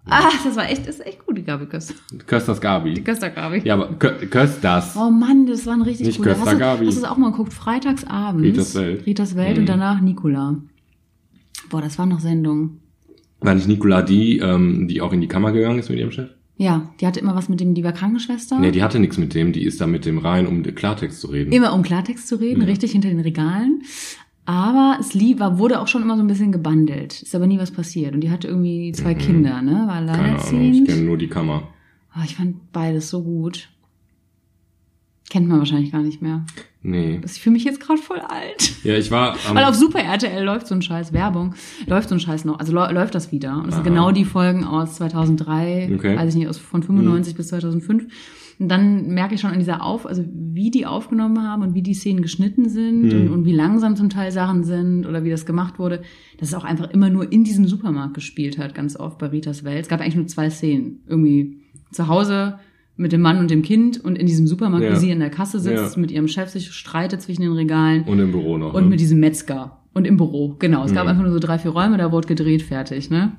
[SPEAKER 4] Ah, das war echt, das ist echt gut, die Gabi Köster.
[SPEAKER 3] Kösters
[SPEAKER 4] Die
[SPEAKER 3] Gabi.
[SPEAKER 4] Köster Gabi.
[SPEAKER 3] Ja, aber Kö Kösters.
[SPEAKER 4] Oh Mann, das war ein richtig
[SPEAKER 3] Nicht
[SPEAKER 4] cooler.
[SPEAKER 3] Köster
[SPEAKER 4] hast, du,
[SPEAKER 3] Gabi.
[SPEAKER 4] hast du das auch mal geguckt? Freitagsabends.
[SPEAKER 3] Ritas Welt.
[SPEAKER 4] Ritas Welt
[SPEAKER 3] Mhm.
[SPEAKER 4] und danach Nicola. Boah, das waren noch Sendungen.
[SPEAKER 3] War nicht Nicola die, ähm, die auch in die Kammer gegangen ist mit ihrem Chef?
[SPEAKER 4] Ja, die hatte immer was mit dem, die war Krankenschwester.
[SPEAKER 3] Nee, die hatte nichts mit dem, die ist da mit dem rein, um Klartext zu reden.
[SPEAKER 4] immer um Klartext zu reden,
[SPEAKER 3] Ja.
[SPEAKER 4] richtig hinter den Regalen. Aber es lieb, war, wurde auch schon immer so ein bisschen gebandelt. Ist aber nie was passiert. Und die hatte irgendwie zwei Kinder, ne? War
[SPEAKER 3] Mhm. Keine Ahnung, ich
[SPEAKER 4] alleinerziehend.
[SPEAKER 3] kenne nur die Kammer.
[SPEAKER 4] oh, ich fand beides so gut. Kennt man wahrscheinlich gar nicht mehr.
[SPEAKER 3] Nee.
[SPEAKER 4] Das ist für mich jetzt gerade voll alt.
[SPEAKER 3] Ja, ich war am,
[SPEAKER 4] Weil auf Super RTL läuft so ein Scheiß Werbung, läuft so ein Scheiß noch, also läu- läuft das wieder. Und das sind
[SPEAKER 3] Aha.
[SPEAKER 4] genau die Folgen aus 2003,
[SPEAKER 3] Okay. Hm.
[SPEAKER 4] weiß ich nicht, aus, von 95 bis 2005. Und dann merke ich schon an dieser Auf, also wie die aufgenommen haben und wie die Szenen geschnitten sind
[SPEAKER 3] Mhm.
[SPEAKER 4] und, und wie langsam zum Teil Sachen sind oder wie das gemacht wurde, dass es auch einfach immer nur in diesem Supermarkt gespielt hat, ganz oft bei Ritas Welt. Es gab eigentlich nur zwei Szenen. Irgendwie zu Hause mit dem Mann und dem Kind und in diesem Supermarkt,
[SPEAKER 3] Ja.
[SPEAKER 4] wie sie in der Kasse sitzt,
[SPEAKER 3] Ja.
[SPEAKER 4] mit ihrem Chef sich streitet zwischen den Regalen.
[SPEAKER 3] und im Büro noch.
[SPEAKER 4] Und
[SPEAKER 3] ne?
[SPEAKER 4] mit diesem Metzger. Und im Büro, genau. Es gab
[SPEAKER 3] Mhm.
[SPEAKER 4] einfach nur so drei, vier Räume, da wurde gedreht, fertig, ne?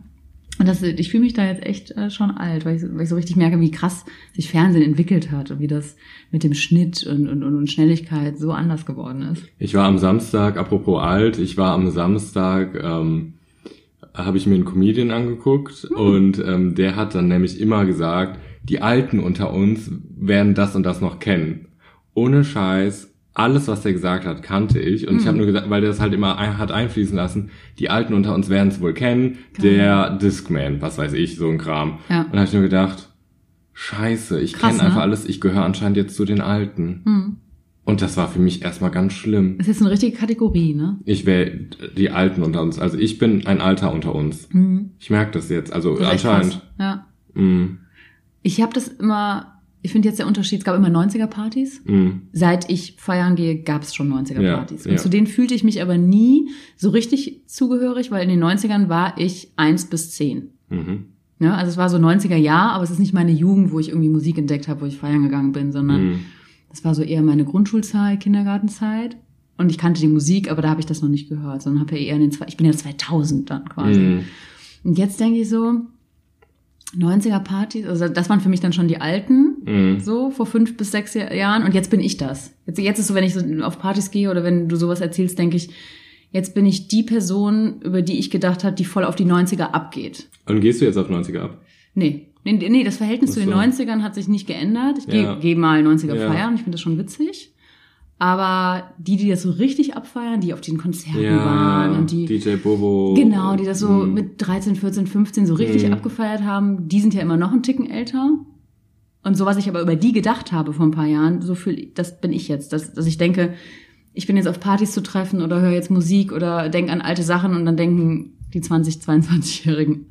[SPEAKER 4] Und das, ich fühle mich da jetzt echt äh, schon alt, weil ich, so- weil ich so richtig merke, wie krass sich Fernsehen entwickelt hat und wie das mit dem Schnitt und, und, und und Schnelligkeit so anders geworden ist.
[SPEAKER 3] Ich war am Samstag, apropos alt, ich war am Samstag, ähm, habe ich mir einen Comedian angeguckt
[SPEAKER 4] Hm.
[SPEAKER 3] und ähm, der hat dann nämlich immer gesagt, die Alten unter uns werden das und das noch kennen. Ohne Scheiß, alles, was der gesagt hat, kannte ich. Und ich
[SPEAKER 4] Hm.
[SPEAKER 3] habe nur gesagt, weil der das halt immer ein, hat einfließen lassen, die Alten unter uns werden es wohl kennen,
[SPEAKER 4] Geil.
[SPEAKER 3] der Discman, was weiß ich, so ein Kram.
[SPEAKER 4] Ja.
[SPEAKER 3] Und da habe ich nur gedacht, scheiße, ich
[SPEAKER 4] Krass,
[SPEAKER 3] kenne einfach
[SPEAKER 4] ne?
[SPEAKER 3] alles, ich gehöre anscheinend jetzt zu den Alten.
[SPEAKER 4] Hm.
[SPEAKER 3] Und das war für mich erstmal ganz schlimm.
[SPEAKER 4] Das ist jetzt eine richtige Kategorie, ne?
[SPEAKER 3] Ich wäre die Alten unter uns. Also ich bin ein Alter unter uns.
[SPEAKER 4] Hm.
[SPEAKER 3] Ich merke das jetzt. Also
[SPEAKER 4] Das ist echt
[SPEAKER 3] anscheinend.
[SPEAKER 4] krass. Ja.
[SPEAKER 3] Mm,
[SPEAKER 4] Ich habe das immer, ich finde jetzt der Unterschied, es gab immer 90er-Partys.
[SPEAKER 3] mm.
[SPEAKER 4] seit ich feiern gehe, gab es schon 90er-Partys.
[SPEAKER 3] Ja,
[SPEAKER 4] und
[SPEAKER 3] ja.
[SPEAKER 4] zu denen fühlte ich mich aber nie so richtig zugehörig, weil in den 90ern war ich 1 bis 10.
[SPEAKER 3] Mhm.
[SPEAKER 4] Ne? Also es war so 90er Jahr, aber es ist nicht meine Jugend, wo ich irgendwie Musik entdeckt habe, wo ich feiern gegangen bin, sondern
[SPEAKER 3] Mm.
[SPEAKER 4] das war so eher meine Grundschulzeit, Kindergartenzeit. Und ich kannte die Musik, aber da habe ich das noch nicht gehört, sondern habe ja eher in den zwei, ich bin ja 2000 dann quasi.
[SPEAKER 3] Mm.
[SPEAKER 4] Und jetzt denke ich so, 90er-Partys, also das waren für mich dann schon die alten.
[SPEAKER 3] mm,
[SPEAKER 4] So, vor fünf bis sechs Jahr- Jahren. Und jetzt bin ich das. Jetzt, jetzt ist so, wenn ich so auf Partys gehe oder wenn du sowas erzählst, denke ich, jetzt bin ich die Person, über die ich gedacht habe, die voll auf die 90er abgeht.
[SPEAKER 3] Und gehst du jetzt auf 90er ab?
[SPEAKER 4] Nee. Nee, nee das Verhältnis zu den
[SPEAKER 3] Ach so.
[SPEAKER 4] 90ern hat sich nicht geändert. Ich gehe
[SPEAKER 3] Ja.
[SPEAKER 4] geh mal 90er
[SPEAKER 3] Ja.
[SPEAKER 4] feiern, ich finde das schon witzig. Aber die, die das so richtig abfeiern, die auf den Konzerten waren und die,
[SPEAKER 3] DJ Bobo.
[SPEAKER 4] Genau, die das so
[SPEAKER 3] Mhm.
[SPEAKER 4] mit 13, 14, 15 so richtig
[SPEAKER 3] Mhm.
[SPEAKER 4] abgefeiert haben, die sind ja immer noch einen Ticken älter. Und so, was ich aber über die gedacht habe vor ein paar Jahren, so viel, das bin ich jetzt, dass, dass ich denke, ich bin jetzt auf Partys zu treffen oder höre jetzt Musik oder denk an alte Sachen und dann denken die 20, 22-Jährigen,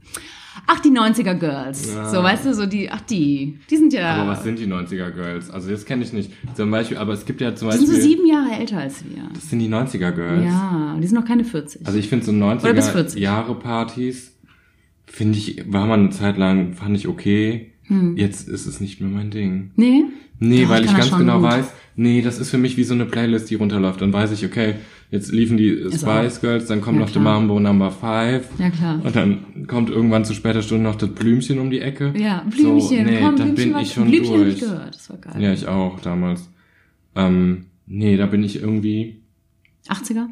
[SPEAKER 4] ach, die 90er Girls.
[SPEAKER 3] Ja.
[SPEAKER 4] So, weißt du, so die, ach, die, die sind ja,
[SPEAKER 3] Aber was sind die 90er Girls? Also das kenne ich nicht. Zum Beispiel, aber es gibt ja zum
[SPEAKER 4] die
[SPEAKER 3] Beispiel.
[SPEAKER 4] sind so sieben Jahre älter als wir.
[SPEAKER 3] Das sind die 90er Girls.
[SPEAKER 4] Ja, die sind noch keine 40.
[SPEAKER 3] Also ich finde so
[SPEAKER 4] Oder bis 40.
[SPEAKER 3] 90er Jahre Partys, finde ich, war man eine Zeit lang, fand ich okay.
[SPEAKER 4] Hm.
[SPEAKER 3] Jetzt ist es nicht mehr mein Ding.
[SPEAKER 4] nee?
[SPEAKER 3] Nee,
[SPEAKER 4] Doch,
[SPEAKER 3] weil ich
[SPEAKER 4] kann das
[SPEAKER 3] ganz
[SPEAKER 4] schon
[SPEAKER 3] genau
[SPEAKER 4] gut.
[SPEAKER 3] weiß, nee, das ist für mich wie so eine Playlist, die runterläuft. Dann weiß ich, okay, jetzt liefen die äh,
[SPEAKER 4] Ist
[SPEAKER 3] Spice Girls, dann kommt
[SPEAKER 4] Ja,
[SPEAKER 3] noch The
[SPEAKER 4] klar.
[SPEAKER 3] Mambo Number 5.
[SPEAKER 4] Ja, klar.
[SPEAKER 3] Und dann kommt irgendwann zu später Stunde noch das Blümchen um die Ecke.
[SPEAKER 4] Ja, Blümchen,
[SPEAKER 3] so, nee,
[SPEAKER 4] komm,
[SPEAKER 3] dann
[SPEAKER 4] Blümchen,
[SPEAKER 3] bin
[SPEAKER 4] war-
[SPEAKER 3] ich schon
[SPEAKER 4] Blümchen hab ich
[SPEAKER 3] durch.
[SPEAKER 4] gehört, das war geil.
[SPEAKER 3] ja, ich auch damals. Ähm, nee, da bin ich irgendwie.
[SPEAKER 4] 80er?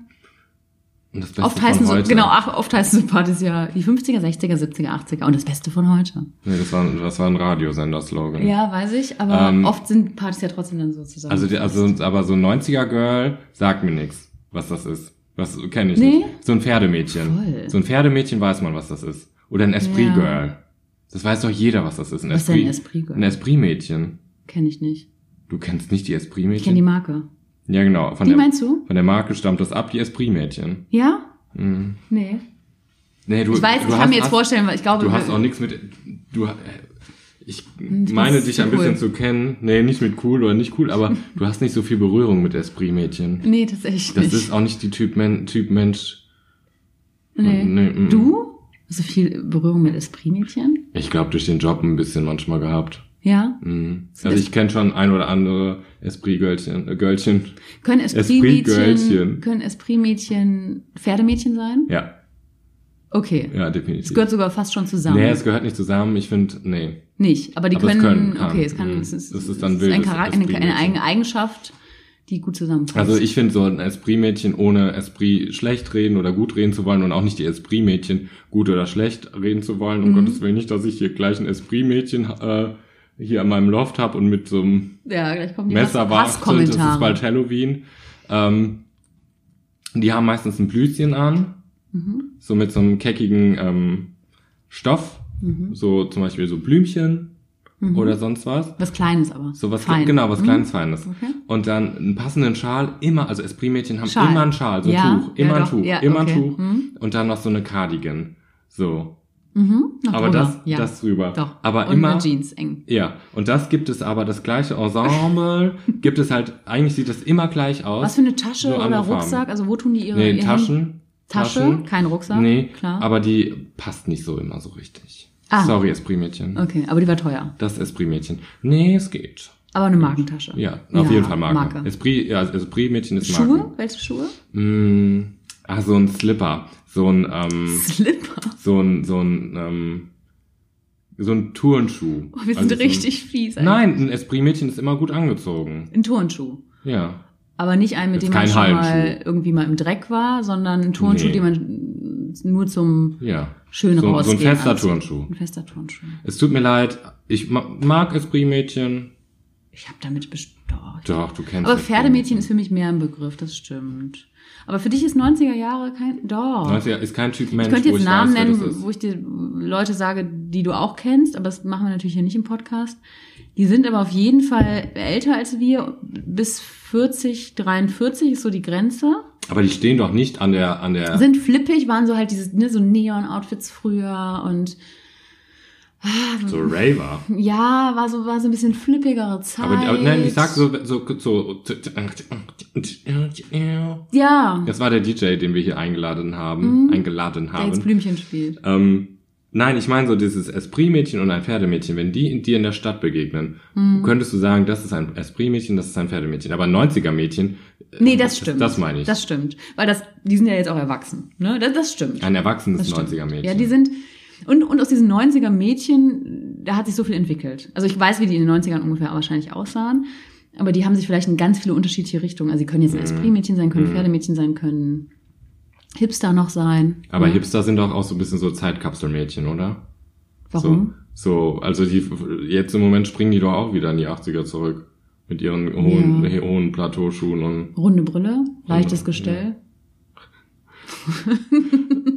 [SPEAKER 3] Und das Beste
[SPEAKER 4] oft heißen
[SPEAKER 3] von
[SPEAKER 4] so,
[SPEAKER 3] heute.
[SPEAKER 4] genau, ach, oft heißen so Partys ja die 50er, 60er, 70er, 80er und das Beste von heute.
[SPEAKER 3] Nee, das war, das war ein Radiosender-Slogan.
[SPEAKER 4] Ja, weiß ich, aber
[SPEAKER 3] Ähm,
[SPEAKER 4] oft sind Partys ja trotzdem dann so zusammen.
[SPEAKER 3] Also, die, also, aber so 90er-Girl sagt mir nichts, was das ist. Was kenne ich
[SPEAKER 4] Nee?
[SPEAKER 3] nicht. So ein Pferdemädchen.
[SPEAKER 4] Voll.
[SPEAKER 3] So ein Pferdemädchen weiß man, was das ist. Oder ein Esprit-Girl. Das weiß doch jeder, was das ist. Ein
[SPEAKER 4] Was ist denn ein Esprit-Girl?
[SPEAKER 3] Ein Esprit-Mädchen.
[SPEAKER 4] kenne ich nicht.
[SPEAKER 3] Du kennst nicht die
[SPEAKER 4] Ich kenne die
[SPEAKER 3] Esprit-Mädchen?
[SPEAKER 4] Marke.
[SPEAKER 3] Ja, genau. Von
[SPEAKER 4] Die
[SPEAKER 3] der,
[SPEAKER 4] meinst du?
[SPEAKER 3] Von der Marke stammt das ab, die Esprit-Mädchen.
[SPEAKER 4] Ja?
[SPEAKER 3] Mhm.
[SPEAKER 4] Nee.
[SPEAKER 3] Nee, du,
[SPEAKER 4] Ich weiß,
[SPEAKER 3] du
[SPEAKER 4] ich
[SPEAKER 3] hast-
[SPEAKER 4] kann mir jetzt
[SPEAKER 3] hast-
[SPEAKER 4] vorstellen, weil ich glaube, äh,
[SPEAKER 3] Du hast
[SPEAKER 4] wir-
[SPEAKER 3] auch nichts mit. Du, äh, ich
[SPEAKER 4] du
[SPEAKER 3] meine
[SPEAKER 4] bist
[SPEAKER 3] dich
[SPEAKER 4] zu
[SPEAKER 3] ein bisschen
[SPEAKER 4] cool.
[SPEAKER 3] zu kennen. Nee, nicht mit cool oder nicht cool, aber du hast nicht so viel Berührung mit Esprit-Mädchen.
[SPEAKER 4] Nee, tatsächlich
[SPEAKER 3] Das
[SPEAKER 4] nicht.
[SPEAKER 3] ist auch nicht die Typ, Men typ Mensch.
[SPEAKER 4] nee.
[SPEAKER 3] nee, mm, mm.
[SPEAKER 4] du? Hast du viel Berührung mit Esprit-Mädchen?
[SPEAKER 3] Ich glaube, durch den Job ein bisschen manchmal gehabt.
[SPEAKER 4] Ja?
[SPEAKER 3] Mhm.
[SPEAKER 4] Sind
[SPEAKER 3] Also
[SPEAKER 4] das-
[SPEAKER 3] ich kenne schon ein oder andere Esprit-Girlchen. Äh, Girlchen.
[SPEAKER 4] Können Esprit-Mädchen
[SPEAKER 3] Esprit-Girlchen.
[SPEAKER 4] können Esprit-Mädchen Pferdemädchen sein?
[SPEAKER 3] Ja,
[SPEAKER 4] Okay.
[SPEAKER 3] ja,
[SPEAKER 4] Es
[SPEAKER 3] definitiv.
[SPEAKER 4] gehört sogar fast schon zusammen.
[SPEAKER 3] nee, es gehört nicht zusammen. Ich finde, nee.
[SPEAKER 4] Nicht, aber die
[SPEAKER 3] Aber es
[SPEAKER 4] können,
[SPEAKER 3] können, kann.
[SPEAKER 4] okay, es kann,
[SPEAKER 3] Mhm.
[SPEAKER 4] es ist,
[SPEAKER 3] Das ist
[SPEAKER 4] es
[SPEAKER 3] dann
[SPEAKER 4] ist ein
[SPEAKER 3] wildes
[SPEAKER 4] Charakter, eine,
[SPEAKER 3] Esprit
[SPEAKER 4] eine
[SPEAKER 3] Mädchen.
[SPEAKER 4] eigene Eigenschaft, die gut zusammenpasst.
[SPEAKER 3] Also ich finde so ein Esprit-Mädchen ohne Esprit schlecht reden oder gut reden zu wollen und auch nicht die Esprit-Mädchen gut oder schlecht reden zu wollen.
[SPEAKER 4] Mhm.
[SPEAKER 3] Um Gottes Willen nicht, dass ich hier gleich ein Esprit-Mädchen äh, hier an meinem Loft habe und mit so einem
[SPEAKER 4] ja, gleich kommen die
[SPEAKER 3] Messer
[SPEAKER 4] Hass-
[SPEAKER 3] warte, das ist
[SPEAKER 4] Hasskommentare.
[SPEAKER 3] bald Halloween. Ähm, die haben meistens ein Blüschen an,
[SPEAKER 4] Mhm.
[SPEAKER 3] so mit so einem keckigen ähm, Stoff,
[SPEAKER 4] Mhm.
[SPEAKER 3] so zum Beispiel so Blümchen
[SPEAKER 4] Mhm.
[SPEAKER 3] oder sonst was.
[SPEAKER 4] was Kleines aber.
[SPEAKER 3] So was,
[SPEAKER 4] Fein.
[SPEAKER 3] genau, was
[SPEAKER 4] Mhm.
[SPEAKER 3] Kleines, Feines.
[SPEAKER 4] Okay.
[SPEAKER 3] Und dann einen passenden Schal, immer, also Esprit-Mädchen haben
[SPEAKER 4] Schal.
[SPEAKER 3] immer einen Schal, so ein
[SPEAKER 4] Ja,
[SPEAKER 3] Also Tuch, immer
[SPEAKER 4] ja,
[SPEAKER 3] ein
[SPEAKER 4] doch,
[SPEAKER 3] Tuch,
[SPEAKER 4] ja,
[SPEAKER 3] immer
[SPEAKER 4] okay.
[SPEAKER 3] ein Tuch.
[SPEAKER 4] Mhm.
[SPEAKER 3] Und dann noch so eine Cardigan. So.
[SPEAKER 4] Mhm. Noch
[SPEAKER 3] aber
[SPEAKER 4] drüber.
[SPEAKER 3] das,
[SPEAKER 4] ja.
[SPEAKER 3] das drüber.
[SPEAKER 4] doch.
[SPEAKER 3] Aber
[SPEAKER 4] Und
[SPEAKER 3] immer.
[SPEAKER 4] eine Jeans eng.
[SPEAKER 3] Ja. Und das gibt es aber, das gleiche Ensemble gibt es halt, eigentlich sieht das immer gleich aus.
[SPEAKER 4] Was für eine Tasche
[SPEAKER 3] Nur
[SPEAKER 4] oder
[SPEAKER 3] andere Farben.
[SPEAKER 4] Rucksack? Also wo tun die ihre
[SPEAKER 3] Nee,
[SPEAKER 4] ihr Hemd-
[SPEAKER 3] Taschen.
[SPEAKER 4] Tasche? Kein Rucksack?
[SPEAKER 3] Nee,
[SPEAKER 4] Klar.
[SPEAKER 3] aber die passt nicht so immer so richtig.
[SPEAKER 4] Ah.
[SPEAKER 3] Sorry, Esprit-Mädchen.
[SPEAKER 4] Okay, aber die war teuer.
[SPEAKER 3] Das Esprit-Mädchen. Nee, es geht.
[SPEAKER 4] Aber eine Markentasche.
[SPEAKER 3] Ja, auf jeden Fall Marke.
[SPEAKER 4] Marke.
[SPEAKER 3] Esprit, ja, Esprit-Mädchen ist Marke.
[SPEAKER 4] Schuhe? Welche Schuhe?
[SPEAKER 3] Mm, ah, so ein Slipper. So ein, ähm,
[SPEAKER 4] Slipper.
[SPEAKER 3] so ein, so ein, ähm, so ein Turnschuh.
[SPEAKER 4] Oh, wir sind
[SPEAKER 3] Also so ein-
[SPEAKER 4] richtig fies. eigentlich.
[SPEAKER 3] Nein, ein Esprit-Mädchen ist immer gut angezogen.
[SPEAKER 4] Ein Turnschuh.
[SPEAKER 3] Ja.
[SPEAKER 4] Aber nicht einen, mit
[SPEAKER 3] Jetzt
[SPEAKER 4] dem man
[SPEAKER 3] kein
[SPEAKER 4] schon mal
[SPEAKER 3] Hallenschuh.
[SPEAKER 4] irgendwie mal im Dreck war, sondern einen Turnschuh,
[SPEAKER 3] Nee.
[SPEAKER 4] den man nur zum
[SPEAKER 3] Ja.
[SPEAKER 4] schönen
[SPEAKER 3] So, so ein
[SPEAKER 4] Rausgehen
[SPEAKER 3] fester
[SPEAKER 4] anzieht.
[SPEAKER 3] Turnschuh.
[SPEAKER 4] Ein fester Turnschuh.
[SPEAKER 3] Es tut mir leid, ich ma mag Esprit-Mädchen.
[SPEAKER 4] Ich habe damit bestorcht.
[SPEAKER 3] Doch, du kennst
[SPEAKER 4] Aber Pferdemädchen ist für mich mehr ein Begriff, das stimmt. Aber für dich ist 90er Jahre kein... Doch.
[SPEAKER 3] 90er ist kein Typ Mensch,
[SPEAKER 4] ich könnte
[SPEAKER 3] wo
[SPEAKER 4] jetzt
[SPEAKER 3] ich
[SPEAKER 4] Namen
[SPEAKER 3] weiß, wer das
[SPEAKER 4] nennen,
[SPEAKER 3] ist.
[SPEAKER 4] wo ich dir Leute sage, die du auch kennst, aber das machen wir natürlich hier nicht im Podcast. Die sind aber auf jeden Fall älter als wir. Bis 40, 43 ist so die Grenze.
[SPEAKER 3] Aber die stehen doch nicht an der, an der,
[SPEAKER 4] sind flippig, waren so halt dieses, ne, so Neon-Outfits früher und
[SPEAKER 3] so Raver.
[SPEAKER 4] ja, war so, war so ein bisschen flippigere Zeit.
[SPEAKER 3] Aber, aber nein, ich sag so, so, so, äh, so
[SPEAKER 4] Ja,
[SPEAKER 3] äh, Das war der DJ, den wir hier eingeladen haben.
[SPEAKER 4] Mhm.
[SPEAKER 3] Eingeladen
[SPEAKER 4] der jetzt
[SPEAKER 3] haben.
[SPEAKER 4] Blümchen spielt.
[SPEAKER 3] Ähm, nein, ich meine so dieses Esprit-Mädchen und ein Pferdemädchen, wenn die in- dir in der Stadt begegnen,
[SPEAKER 4] Mhm.
[SPEAKER 3] könntest du sagen, das ist ein Esprit-Mädchen, das ist ein Pferdemädchen. Aber ein 90er-Mädchen, äh,
[SPEAKER 4] Nee, das stimmt.
[SPEAKER 3] Das, meine ich.
[SPEAKER 4] Das stimmt. Weil das, die sind ja jetzt auch erwachsen, ne? Das, das stimmt.
[SPEAKER 3] ein erwachsenes
[SPEAKER 4] das stimmt.
[SPEAKER 3] 90er-Mädchen.
[SPEAKER 4] Ja, die sind, und, und aus diesen 90er-Mädchen, da hat sich so viel entwickelt. Also ich weiß, wie die in den 90ern ungefähr wahrscheinlich aussahen, aber die haben sich vielleicht in ganz viele unterschiedliche Richtungen. Also sie können jetzt
[SPEAKER 3] Mhm.
[SPEAKER 4] ein Esprit-Mädchen sein, können Pferdemädchen sein, können Hipster noch sein.
[SPEAKER 3] Aber
[SPEAKER 4] Ja.
[SPEAKER 3] Hipster sind doch auch so ein bisschen so Zeitkapselmädchen, oder?
[SPEAKER 4] Warum?
[SPEAKER 3] So, so also die jetzt im Moment springen die doch auch wieder in die 80er zurück mit ihren hohen,
[SPEAKER 4] Ja.
[SPEAKER 3] hohen Plateauschuhen und
[SPEAKER 4] Runde Brille, leichtes
[SPEAKER 3] Ja.
[SPEAKER 4] Gestell.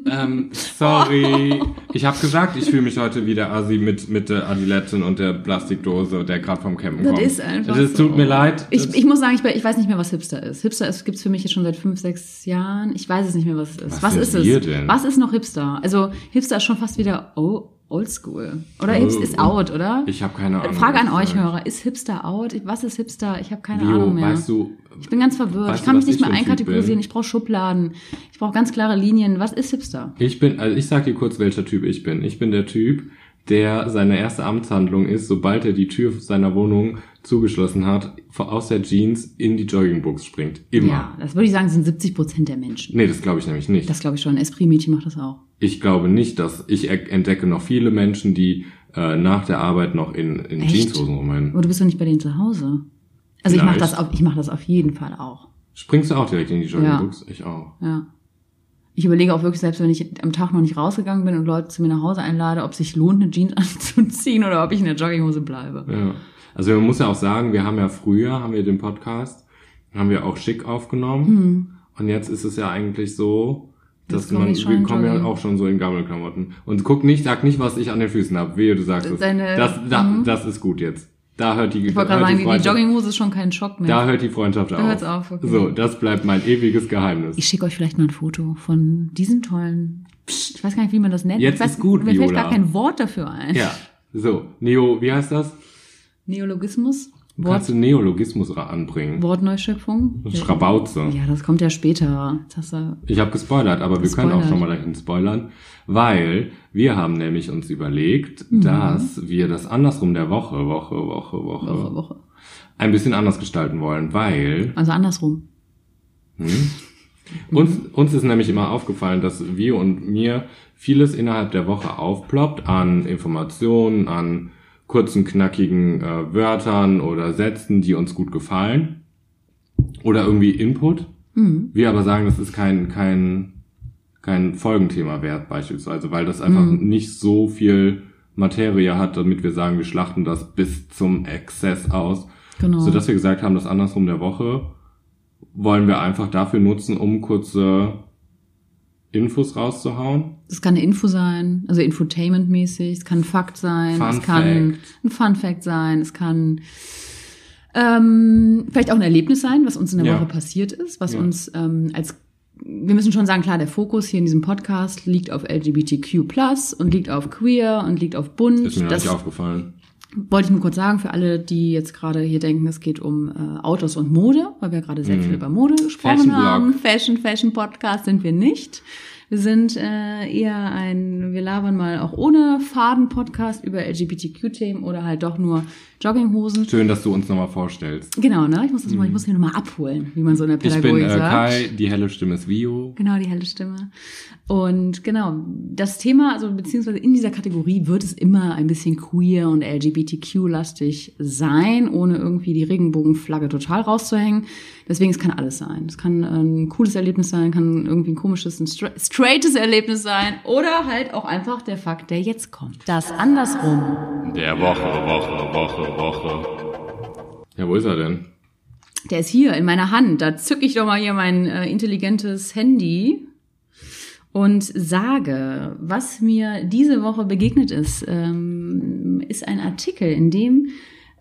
[SPEAKER 3] ähm, sorry, ich habe gesagt, ich fühle mich heute wie der Asi mit mit der Adiletten und der Plastikdose, der gerade vom Campen
[SPEAKER 4] Das
[SPEAKER 3] kommt.
[SPEAKER 4] ist einfach
[SPEAKER 3] Das
[SPEAKER 4] so.
[SPEAKER 3] Also, tut mir leid.
[SPEAKER 4] Ich,
[SPEAKER 3] das-
[SPEAKER 4] ich muss sagen, ich, be- ich weiß nicht mehr, was Hipster ist. Hipster ist, gibt's für mich jetzt schon seit fünf, sechs Jahren. Ich weiß es nicht mehr, was es ist.
[SPEAKER 3] Was
[SPEAKER 4] Was,
[SPEAKER 3] sind
[SPEAKER 4] ist es?
[SPEAKER 3] wir denn?
[SPEAKER 4] Was ist noch Hipster? Also Hipster ist schon fast wieder oh, oldschool. Oder Hipster ist out, oder?
[SPEAKER 3] Oh. ich habe keine Ahnung.
[SPEAKER 4] Frage an
[SPEAKER 3] was
[SPEAKER 4] euch
[SPEAKER 3] ich sag.
[SPEAKER 4] Hörer, ist Hipster out? Ich- Was ist Hipster? Ich habe keine
[SPEAKER 3] Bio,
[SPEAKER 4] Ahnung mehr.
[SPEAKER 3] weißt du,
[SPEAKER 4] ich bin ganz verwirrt.
[SPEAKER 3] weißt
[SPEAKER 4] ich
[SPEAKER 3] du,
[SPEAKER 4] kann mich
[SPEAKER 3] was
[SPEAKER 4] nicht
[SPEAKER 3] ich
[SPEAKER 4] mehr
[SPEAKER 3] für ein Typ
[SPEAKER 4] einkategorisieren.
[SPEAKER 3] bin?
[SPEAKER 4] Ich brauche Schubladen. Ich brauche ganz klare Linien. Was ist Hipster?
[SPEAKER 3] ich bin, also ich sag dir kurz, welcher Typ ich bin. Ich bin der Typ, der seine erste Amtshandlung ist, sobald er die Tür seiner Wohnung zugeschlossen hat, aus der Jeans in die Joggingbox springt. Immer.
[SPEAKER 4] Ja, das würde ich sagen, sind 70 Prozent der Menschen.
[SPEAKER 3] Nee, das glaube ich nämlich nicht.
[SPEAKER 4] Das glaube ich schon. Esprit-Mädchen macht das auch.
[SPEAKER 3] Ich glaube nicht, dass ich er- entdecke noch viele Menschen, die äh, nach der Arbeit noch in, in
[SPEAKER 4] Echt?
[SPEAKER 3] Jeanshosen rumrennen.
[SPEAKER 4] Aber du bist doch nicht bei denen zu Hause. Also ich mache
[SPEAKER 3] Vielleicht.
[SPEAKER 4] das, auf- ich mach das auf jeden Fall auch.
[SPEAKER 3] Springst du auch direkt in die Joggingbox? Ich auch.
[SPEAKER 4] Ja. Ich überlege auch wirklich, selbst wenn ich am Tag noch nicht rausgegangen bin und Leute zu mir nach Hause einlade, ob es sich lohnt, eine Jeans anzuziehen oder ob ich in der Jogginghose bleibe.
[SPEAKER 3] Ja. Also man muss ja auch sagen, wir haben ja früher, haben wir den Podcast, haben wir auch schick aufgenommen. Und jetzt ist es ja eigentlich so, dass
[SPEAKER 4] Jetzt Hm. komm
[SPEAKER 3] man,
[SPEAKER 4] ich schon
[SPEAKER 3] wir
[SPEAKER 4] in
[SPEAKER 3] kommen ja
[SPEAKER 4] Jogging.
[SPEAKER 3] auch schon so in Gammelklamotten. Und guck nicht, sag nicht, was ich an den Füßen habe. Wehe, du sagst es.
[SPEAKER 4] Deine-
[SPEAKER 3] das, da,
[SPEAKER 4] Mhm.
[SPEAKER 3] das ist gut jetzt. Da hört die,
[SPEAKER 4] Ich wollte
[SPEAKER 3] hört
[SPEAKER 4] gerade sagen,
[SPEAKER 3] die
[SPEAKER 4] die, die
[SPEAKER 3] Freundschaft,
[SPEAKER 4] Jogginghose ist schon kein Schock mehr.
[SPEAKER 3] da hört die Freundschaft
[SPEAKER 4] Da hört's
[SPEAKER 3] auf.
[SPEAKER 4] auf, okay.
[SPEAKER 3] So, das bleibt mein ewiges Geheimnis.
[SPEAKER 4] ich schicke euch vielleicht mal ein Foto von diesem tollen. Ich weiß gar nicht, wie man das nennt.
[SPEAKER 3] Jetzt
[SPEAKER 4] ich weiß,
[SPEAKER 3] ist gut,
[SPEAKER 4] Mir fällt
[SPEAKER 3] Viola.
[SPEAKER 4] gar kein Wort dafür ein.
[SPEAKER 3] Ja, so, Neo, wie heißt das?
[SPEAKER 4] Neologismus?
[SPEAKER 3] Kannst
[SPEAKER 4] Wort,
[SPEAKER 3] du Neologismus ra- anbringen?
[SPEAKER 4] Wortneuschöpfung?
[SPEAKER 3] Schrabauze.
[SPEAKER 4] Ja, das kommt ja später. Das hast du,
[SPEAKER 3] Ich habe gespoilert, aber wir können auch
[SPEAKER 4] Gespoilert.
[SPEAKER 3] schon mal dahin spoilern, weil wir haben nämlich uns überlegt,
[SPEAKER 4] Mhm.
[SPEAKER 3] dass wir das andersrum der Woche, Woche, Woche, Woche,
[SPEAKER 4] Woche, Woche.
[SPEAKER 3] ein bisschen anders gestalten wollen, weil
[SPEAKER 4] Also andersrum.
[SPEAKER 3] uns, uns ist nämlich immer aufgefallen, dass wir und mir vieles innerhalb der Woche aufploppt an Informationen, an kurzen, knackigen äh, Wörtern oder Sätzen, die uns gut gefallen oder irgendwie Input.
[SPEAKER 4] Mhm.
[SPEAKER 3] Wir aber sagen, das ist kein, kein, kein Folgenthema wert beispielsweise, weil das einfach nicht so viel Materie hat, damit wir sagen, wir schlachten das bis zum Exzess aus.
[SPEAKER 4] Genau.
[SPEAKER 3] Sodass wir gesagt haben, das andersrum der Woche wollen wir einfach dafür nutzen, um kurze Infos rauszuhauen.
[SPEAKER 4] Es kann eine Info sein, also Infotainment-mäßig, es kann ein Fakt sein,
[SPEAKER 3] Fun
[SPEAKER 4] es kann
[SPEAKER 3] Fact.
[SPEAKER 4] ein Fun-Fact sein, es kann ähm, vielleicht auch ein Erlebnis sein, was uns in der
[SPEAKER 3] Ja.
[SPEAKER 4] Woche passiert ist, was
[SPEAKER 3] Ja.
[SPEAKER 4] uns ähm, als wir müssen schon sagen, klar, der Fokus hier in diesem Podcast liegt auf LGBTQ+, und liegt auf Queer und liegt auf Bunt.
[SPEAKER 3] Ist mir noch
[SPEAKER 4] das
[SPEAKER 3] nicht aufgefallen.
[SPEAKER 4] wollte ich nur kurz sagen für alle, die jetzt gerade hier denken, es geht um äh, Autos und Mode, weil wir gerade sehr
[SPEAKER 3] Mhm.
[SPEAKER 4] viel über Mode gesprochen
[SPEAKER 3] Fashion-Blog.
[SPEAKER 4] haben. Fashion, Fashion Podcast sind wir nicht. Wir sind äh, eher ein, wir labern mal auch ohne Faden Podcast über LGBTQ-Themen oder halt doch nur Jogginghosen.
[SPEAKER 3] Schön, dass du uns nochmal vorstellst.
[SPEAKER 4] Genau, ne? Ich muss das mal, ich muss hier nochmal abholen, wie man so in der
[SPEAKER 3] Mhm. Ich
[SPEAKER 4] Pädagogik
[SPEAKER 3] bin äh,
[SPEAKER 4] sagt.
[SPEAKER 3] Kai, die helle Stimme ist Vio.
[SPEAKER 4] Genau, die helle Stimme. Und genau, das Thema, also beziehungsweise in dieser Kategorie wird es immer ein bisschen queer und LGBTQ-lastig sein, ohne irgendwie die Regenbogenflagge total rauszuhängen. Deswegen, es kann alles sein. Es kann ähm, ein cooles Erlebnis sein, kann irgendwie ein komisches, ein stra straightes Erlebnis sein oder halt auch einfach der Fakt, der jetzt kommt. Das andersrum.
[SPEAKER 3] Der Woche, Woche, Woche, Woche. Ja, wo ist er denn?
[SPEAKER 4] Der ist hier in meiner Hand. Da zücke ich doch mal hier mein äh, intelligentes Handy und sage, was mir diese Woche begegnet ist, ähm, ist ein Artikel, in dem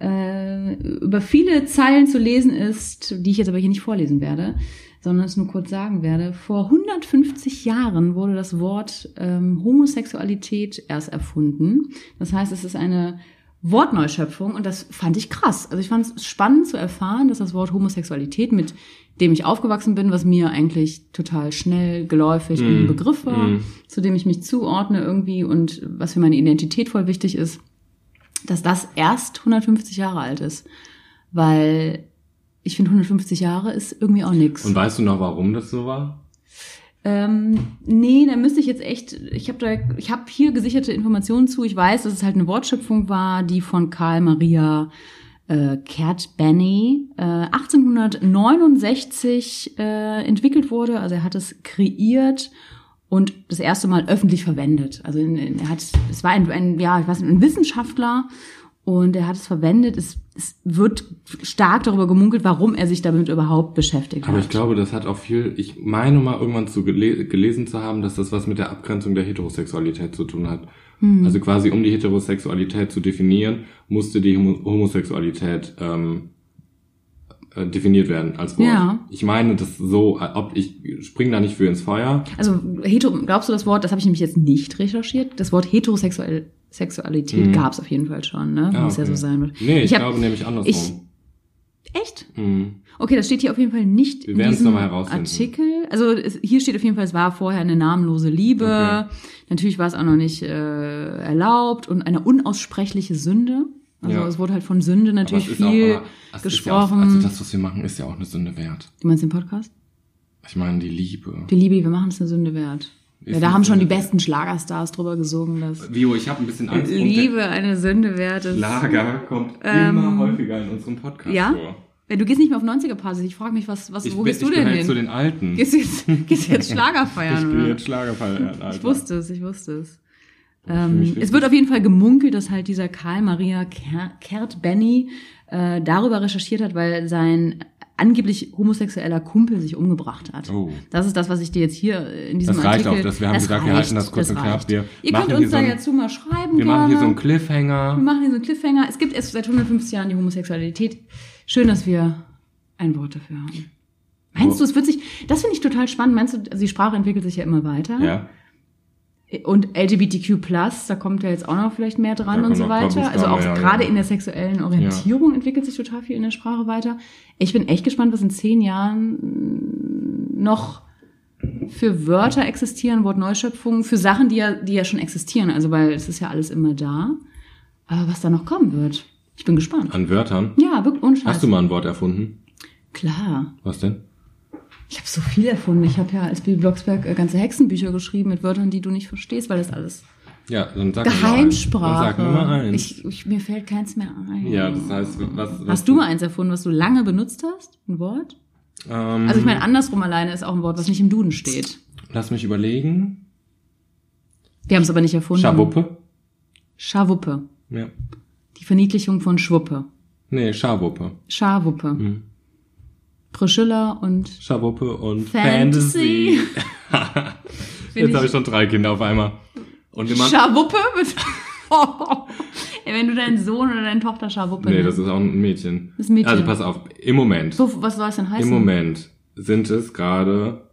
[SPEAKER 4] äh, über viele Zeilen zu lesen ist, die ich jetzt aber hier nicht vorlesen werde, sondern es nur kurz sagen werde. Vor 150 Jahren wurde das Wort ähm, Homosexualität erst erfunden. Das heißt, es ist eine Wortneuschöpfung und das fand ich krass. Also ich fand es spannend zu erfahren, dass das Wort Homosexualität, mit dem ich aufgewachsen bin, was mir eigentlich total schnell geläufig ein Begriff war,
[SPEAKER 3] mm.
[SPEAKER 4] zu dem ich mich zuordne irgendwie und was für meine Identität voll wichtig ist, dass das erst 150 Jahre alt ist. Weil ich finde 150 Jahre ist irgendwie auch nix.
[SPEAKER 3] Und weißt du noch, warum das so war?
[SPEAKER 4] Ähm, nee, da müsste ich jetzt echt, ich habe da, ich habe hier gesicherte Informationen zu. Ich weiß, dass es halt eine Wortschöpfung war, die von Karl Maria äh, Kert Benny äh, 1869 äh, entwickelt wurde. Also er hat es kreiert und das erste Mal öffentlich verwendet. Also in, in, er hat, es war ein, ein ja, ich weiß nicht, ein Wissenschaftler und er hat es verwendet. Es, es wird stark darüber gemunkelt, warum er sich damit überhaupt beschäftigt
[SPEAKER 3] Aber
[SPEAKER 4] hat.
[SPEAKER 3] ich glaube, das hat auch viel, ich meine mal irgendwann zu gele gelesen zu haben, dass das was mit der Abgrenzung der Heterosexualität zu tun hat.
[SPEAKER 4] Hm.
[SPEAKER 3] Also quasi um die Heterosexualität zu definieren, musste die Homo Homosexualität ähm, äh, definiert werden als Wort.
[SPEAKER 4] Ja.
[SPEAKER 3] Ich meine das so, äh, ob ich spring da nicht für ins Feuer.
[SPEAKER 4] Also hetero, glaubst du das Wort, das habe ich nämlich jetzt nicht recherchiert, das Wort heterosexuell Sexualität
[SPEAKER 3] Mhm.
[SPEAKER 4] gab es auf jeden Fall schon, ne?
[SPEAKER 3] Ah,
[SPEAKER 4] Muss ja
[SPEAKER 3] okay.
[SPEAKER 4] so sein.
[SPEAKER 3] Nee, ich,
[SPEAKER 4] hab-
[SPEAKER 3] glaube nämlich andersrum.
[SPEAKER 4] Echt?
[SPEAKER 3] Mhm.
[SPEAKER 4] Okay, das steht hier auf jeden Fall nicht
[SPEAKER 3] Wir
[SPEAKER 4] in
[SPEAKER 3] werden's
[SPEAKER 4] diesem
[SPEAKER 3] noch mal herausfinden.
[SPEAKER 4] Artikel. Also es, hier steht auf jeden Fall, es war vorher eine namenlose Liebe. Natürlich war es auch noch nicht äh, erlaubt und eine unaussprechliche Sünde. Also
[SPEAKER 3] Ja.
[SPEAKER 4] es wurde halt von Sünde natürlich
[SPEAKER 3] Aber es ist
[SPEAKER 4] viel
[SPEAKER 3] auch, aber es ist ja auch,
[SPEAKER 4] gesprochen.
[SPEAKER 3] also das, was wir machen, ist ja auch eine Sünde wert.
[SPEAKER 4] du meinst den Podcast?
[SPEAKER 3] Ich meine die Liebe.
[SPEAKER 4] Die Liebe, die wir machen, ist eine Sünde wert.
[SPEAKER 3] Ist
[SPEAKER 4] Ja, da
[SPEAKER 3] eine
[SPEAKER 4] haben schon die
[SPEAKER 3] Sünde wert.
[SPEAKER 4] besten Schlagerstars drüber gesungen, dass
[SPEAKER 3] Vio, ich habe ein bisschen Angst. um
[SPEAKER 4] Liebe eine Sünde wert
[SPEAKER 3] der
[SPEAKER 4] ist. Ähm,
[SPEAKER 3] Lager kommt immer häufiger in unserem Podcast
[SPEAKER 4] ja? Äh,
[SPEAKER 3] vor.
[SPEAKER 4] Du gehst nicht mehr auf 90er-Partys. Ich frage mich, was, was,
[SPEAKER 3] Ich,
[SPEAKER 4] wo
[SPEAKER 3] bin,
[SPEAKER 4] gehst
[SPEAKER 3] ich
[SPEAKER 4] du denn
[SPEAKER 3] gehöre jetzt
[SPEAKER 4] hin?
[SPEAKER 3] zu den Alten.
[SPEAKER 4] Gehst du jetzt, gehst du jetzt Schlager feiern?
[SPEAKER 3] ich
[SPEAKER 4] oder?
[SPEAKER 3] bin jetzt Schlagerfall. äh, Alter.
[SPEAKER 4] Ich wusste es, ich wusste es.
[SPEAKER 3] fühl mich
[SPEAKER 4] Ähm,
[SPEAKER 3] richtig-
[SPEAKER 4] es wird auf jeden Fall gemunkelt, dass halt dieser Karl Maria Ker Kert Benny äh, darüber recherchiert hat, weil sein angeblich homosexueller Kumpel sich umgebracht hat.
[SPEAKER 3] Oh.
[SPEAKER 4] Das ist das, was ich dir jetzt hier in diesem
[SPEAKER 3] Das reicht
[SPEAKER 4] Artikel...
[SPEAKER 3] auch, dass wir haben gesagt, wir halten das kurz und knapp.
[SPEAKER 4] reicht.
[SPEAKER 3] Wir
[SPEAKER 4] Ihr
[SPEAKER 3] machen
[SPEAKER 4] könnt
[SPEAKER 3] hier
[SPEAKER 4] uns
[SPEAKER 3] so
[SPEAKER 4] da
[SPEAKER 3] ein-
[SPEAKER 4] jetzt zu mal schreiben
[SPEAKER 3] Wir machen
[SPEAKER 4] gerne.
[SPEAKER 3] hier so einen
[SPEAKER 4] wir
[SPEAKER 3] Cliffhanger.
[SPEAKER 4] machen hier so einen Cliffhanger. Es gibt erst seit 150 Jahren die Homosexualität. Schön, dass wir ein Wort dafür haben. Meinst
[SPEAKER 3] Wo-
[SPEAKER 4] du, es wird sich... Das finde ich total spannend. Meinst du, also die Sprache entwickelt sich ja immer weiter.
[SPEAKER 3] Ja.
[SPEAKER 4] Und LGBTQ+, da kommt ja jetzt auch noch vielleicht mehr dran
[SPEAKER 3] Da
[SPEAKER 4] und so
[SPEAKER 3] kommen noch ein paar
[SPEAKER 4] weiter. Also auch
[SPEAKER 3] Buchstaben, ja,
[SPEAKER 4] gerade
[SPEAKER 3] ja.
[SPEAKER 4] in der sexuellen Orientierung entwickelt sich total viel in der Sprache weiter. Ich bin echt gespannt, was in zehn Jahren mh, noch für Wörter existieren, Wortneuschöpfungen, für Sachen, die ja, die ja schon existieren. Also weil es ist ja alles immer da. Aber was da noch kommen wird, ich bin gespannt.
[SPEAKER 3] An Wörtern.
[SPEAKER 4] Ja, wirklich ohne Scheiß.
[SPEAKER 3] Hast du mal ein Wort erfunden?
[SPEAKER 4] Klar.
[SPEAKER 3] Was denn?
[SPEAKER 4] Ich habe so viel erfunden. Ich habe ja als Bibi Blocksberg äh, ganze Hexenbücher geschrieben mit Wörtern, die du nicht verstehst, weil das alles
[SPEAKER 3] Ja, dann sag
[SPEAKER 4] Geheimsprache.
[SPEAKER 3] Mir mal eins.
[SPEAKER 4] Ich, ich, mir fällt keins mehr
[SPEAKER 3] Dann sag mir mal
[SPEAKER 4] ein.
[SPEAKER 3] eins. Ja, das heißt, was, was
[SPEAKER 4] Hast du mal eins erfunden, was du lange benutzt hast? Ein Wort?
[SPEAKER 3] Ähm,
[SPEAKER 4] Also ich meine, andersrum alleine ist auch ein Wort, was nicht im Duden steht.
[SPEAKER 3] lass mich überlegen.
[SPEAKER 4] Wir haben es aber nicht erfunden.
[SPEAKER 3] Schawuppe?
[SPEAKER 4] Schawuppe.
[SPEAKER 3] Ja.
[SPEAKER 4] Die Verniedlichung von Schwuppe.
[SPEAKER 3] Nee, Schawuppe.
[SPEAKER 4] Schawuppe.
[SPEAKER 3] Mhm.
[SPEAKER 4] Priscilla und
[SPEAKER 3] Schawuppe und
[SPEAKER 4] Fantasy.
[SPEAKER 3] Fantasy. Jetzt
[SPEAKER 4] ich-
[SPEAKER 3] habe ich schon drei Kinder auf einmal. Und immer.
[SPEAKER 4] Schawuppe? Mit Ey, wenn du deinen Sohn oder deine Tochter Schawuppe
[SPEAKER 3] nee, das
[SPEAKER 4] nennst.
[SPEAKER 3] ist auch ein Mädchen.
[SPEAKER 4] Das ist ein Mädchen.
[SPEAKER 3] Also pass auf, im Moment.
[SPEAKER 4] so, was soll es denn
[SPEAKER 3] Im
[SPEAKER 4] heißen?
[SPEAKER 3] Moment sind es gerade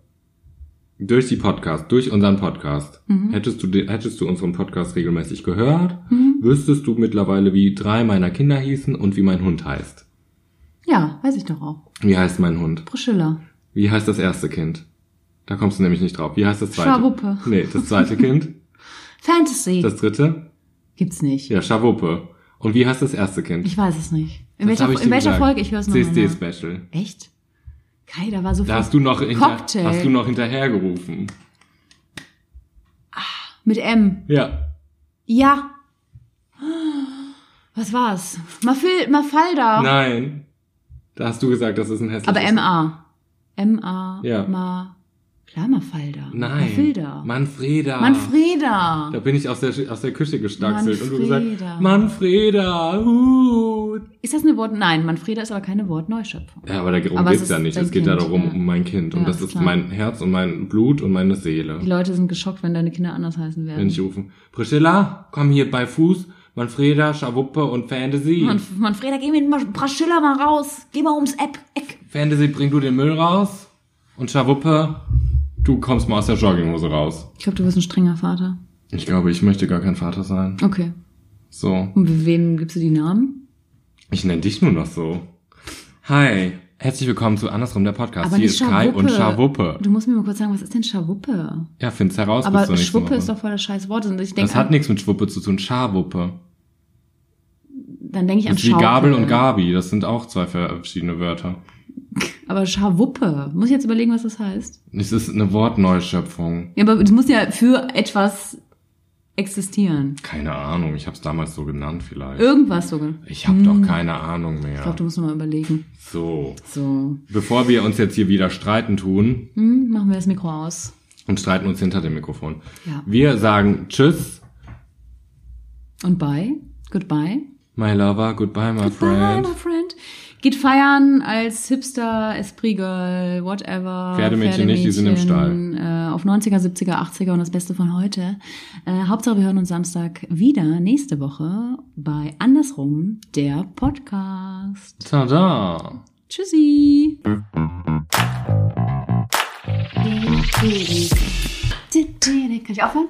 [SPEAKER 3] durch die Podcast, durch unseren Podcast.
[SPEAKER 4] Mhm.
[SPEAKER 3] Hättest du, de- hättest du unseren Podcast regelmäßig gehört,
[SPEAKER 4] Mhm.
[SPEAKER 3] wüsstest du mittlerweile, wie drei meiner Kinder hießen und wie mein Hund heißt.
[SPEAKER 4] Ja, weiß ich doch auch.
[SPEAKER 3] Wie heißt mein Hund?
[SPEAKER 4] Priscilla.
[SPEAKER 3] Wie heißt das erste Kind? Da kommst du nämlich nicht drauf. Wie heißt das zweite?
[SPEAKER 4] Schawuppe.
[SPEAKER 3] Nee, das zweite Kind.
[SPEAKER 4] Fantasy.
[SPEAKER 3] Das dritte?
[SPEAKER 4] Gibt's nicht.
[SPEAKER 3] Ja, Schawuppe. Und wie heißt das erste Kind?
[SPEAKER 4] Ich weiß es nicht. In
[SPEAKER 3] Das hab
[SPEAKER 4] welcher,
[SPEAKER 3] ich dir
[SPEAKER 4] in welcher
[SPEAKER 3] gesagt.
[SPEAKER 4] Folge? Ich höre es nochmal.
[SPEAKER 3] CSD Special.
[SPEAKER 4] Echt? Kai, da war so viel.
[SPEAKER 3] Da hast du noch, hinter,
[SPEAKER 4] Cocktail.
[SPEAKER 3] hast du noch hinterhergerufen.
[SPEAKER 4] Mit M.
[SPEAKER 3] Ja.
[SPEAKER 4] Ja. Was war's? Mafil, Mafalda.
[SPEAKER 3] Nein. Da hast du gesagt, das ist ein hässliches
[SPEAKER 4] Aber M-A. M-A.
[SPEAKER 3] Ja.
[SPEAKER 4] Ma. Klar, Mafalda.
[SPEAKER 3] Nein.
[SPEAKER 4] Mafilda.
[SPEAKER 3] Manfreda.
[SPEAKER 4] Manfreda.
[SPEAKER 3] Da bin ich aus der, aus der Küche gestaxelt und du
[SPEAKER 4] Manfreda.
[SPEAKER 3] gesagt, Manfreda, uh.
[SPEAKER 4] Ist das eine Wort? Nein, Manfreda ist aber keine Wortneuschöpfung.
[SPEAKER 3] Ja, aber darum
[SPEAKER 4] Aber es
[SPEAKER 3] geht's
[SPEAKER 4] ist
[SPEAKER 3] ja nicht.
[SPEAKER 4] dein
[SPEAKER 3] Es geht ja
[SPEAKER 4] Kind,
[SPEAKER 3] darum,
[SPEAKER 4] ja.
[SPEAKER 3] um mein Kind. Und
[SPEAKER 4] Ja,
[SPEAKER 3] das
[SPEAKER 4] ist
[SPEAKER 3] ist
[SPEAKER 4] klar.
[SPEAKER 3] mein Herz und mein Blut und meine Seele.
[SPEAKER 4] Die Leute sind geschockt, wenn deine Kinder anders heißen werden.
[SPEAKER 3] Wenn ich rufe, Priscilla, komm hier bei Fuß, Manfreda, Schawuppe und Fantasy.
[SPEAKER 4] Manf Manfreda, geh mit Mas- Priscilla mal raus. Geh mal ums Eck. Eck.
[SPEAKER 3] Fantasy, bring du den Müll raus. Und Schawuppe, du kommst mal aus der Jogginghose raus.
[SPEAKER 4] Ich glaube, du bist ein strenger Vater.
[SPEAKER 3] Ich glaube, ich möchte gar kein Vater sein.
[SPEAKER 4] Okay.
[SPEAKER 3] So.
[SPEAKER 4] Und wem gibst du die Namen?
[SPEAKER 3] Ich nenne dich nur noch so. Hi, herzlich willkommen zu Andersrum der Podcast.
[SPEAKER 4] Aber
[SPEAKER 3] Hier ist
[SPEAKER 4] nicht
[SPEAKER 3] Kai
[SPEAKER 4] Schawuppe.
[SPEAKER 3] und Schawuppe.
[SPEAKER 4] Du musst mir mal kurz sagen, was ist denn Schawuppe?
[SPEAKER 3] Ja, find's heraus. bis zur
[SPEAKER 4] Aber
[SPEAKER 3] nächsten
[SPEAKER 4] Schwuppe
[SPEAKER 3] Woche.
[SPEAKER 4] ist doch voll das scheiß Wort. Und ich denk
[SPEAKER 3] Das hat
[SPEAKER 4] an,
[SPEAKER 3] nichts mit Schwuppe zu tun. Schawuppe.
[SPEAKER 4] dann denke ich an
[SPEAKER 3] Das ist wie
[SPEAKER 4] Schaukel.
[SPEAKER 3] Gabel und Gabi. Das sind auch zwei verschiedene Wörter.
[SPEAKER 4] Aber Schawuppe, muss ich jetzt überlegen, was das heißt.
[SPEAKER 3] Es ist eine Wortneuschöpfung.
[SPEAKER 4] Ja, aber das muss ja für etwas existieren.
[SPEAKER 3] Keine Ahnung, ich habe es damals so genannt vielleicht.
[SPEAKER 4] Irgendwas sogar.
[SPEAKER 3] ich habe doch keine Ahnung mehr.
[SPEAKER 4] Äh, hm. Ich glaube, du musst nochmal überlegen.
[SPEAKER 3] so,
[SPEAKER 4] So,
[SPEAKER 3] bevor wir uns jetzt hier wieder streiten tun
[SPEAKER 4] hm, machen wir das Mikro aus.
[SPEAKER 3] und streiten uns hinter dem Mikrofon.
[SPEAKER 4] Ja.
[SPEAKER 3] Wir sagen Tschüss,
[SPEAKER 4] Und bye. Goodbye.
[SPEAKER 3] my lover, goodbye, my
[SPEAKER 4] Bye,
[SPEAKER 3] friend.
[SPEAKER 4] my friend. Geht feiern als Hipster, Esprit Girl, whatever.
[SPEAKER 3] Pferdemädchen nicht, die sind im
[SPEAKER 4] Pferdemädchen, Äh, auf 90er, 70er, 80er und das Beste von heute. Äh, Hauptsache, wir hören uns Samstag wieder nächste Woche bei Andersrum, der Podcast.
[SPEAKER 3] Tada!
[SPEAKER 4] Tschüssi. Kann ich aufhören?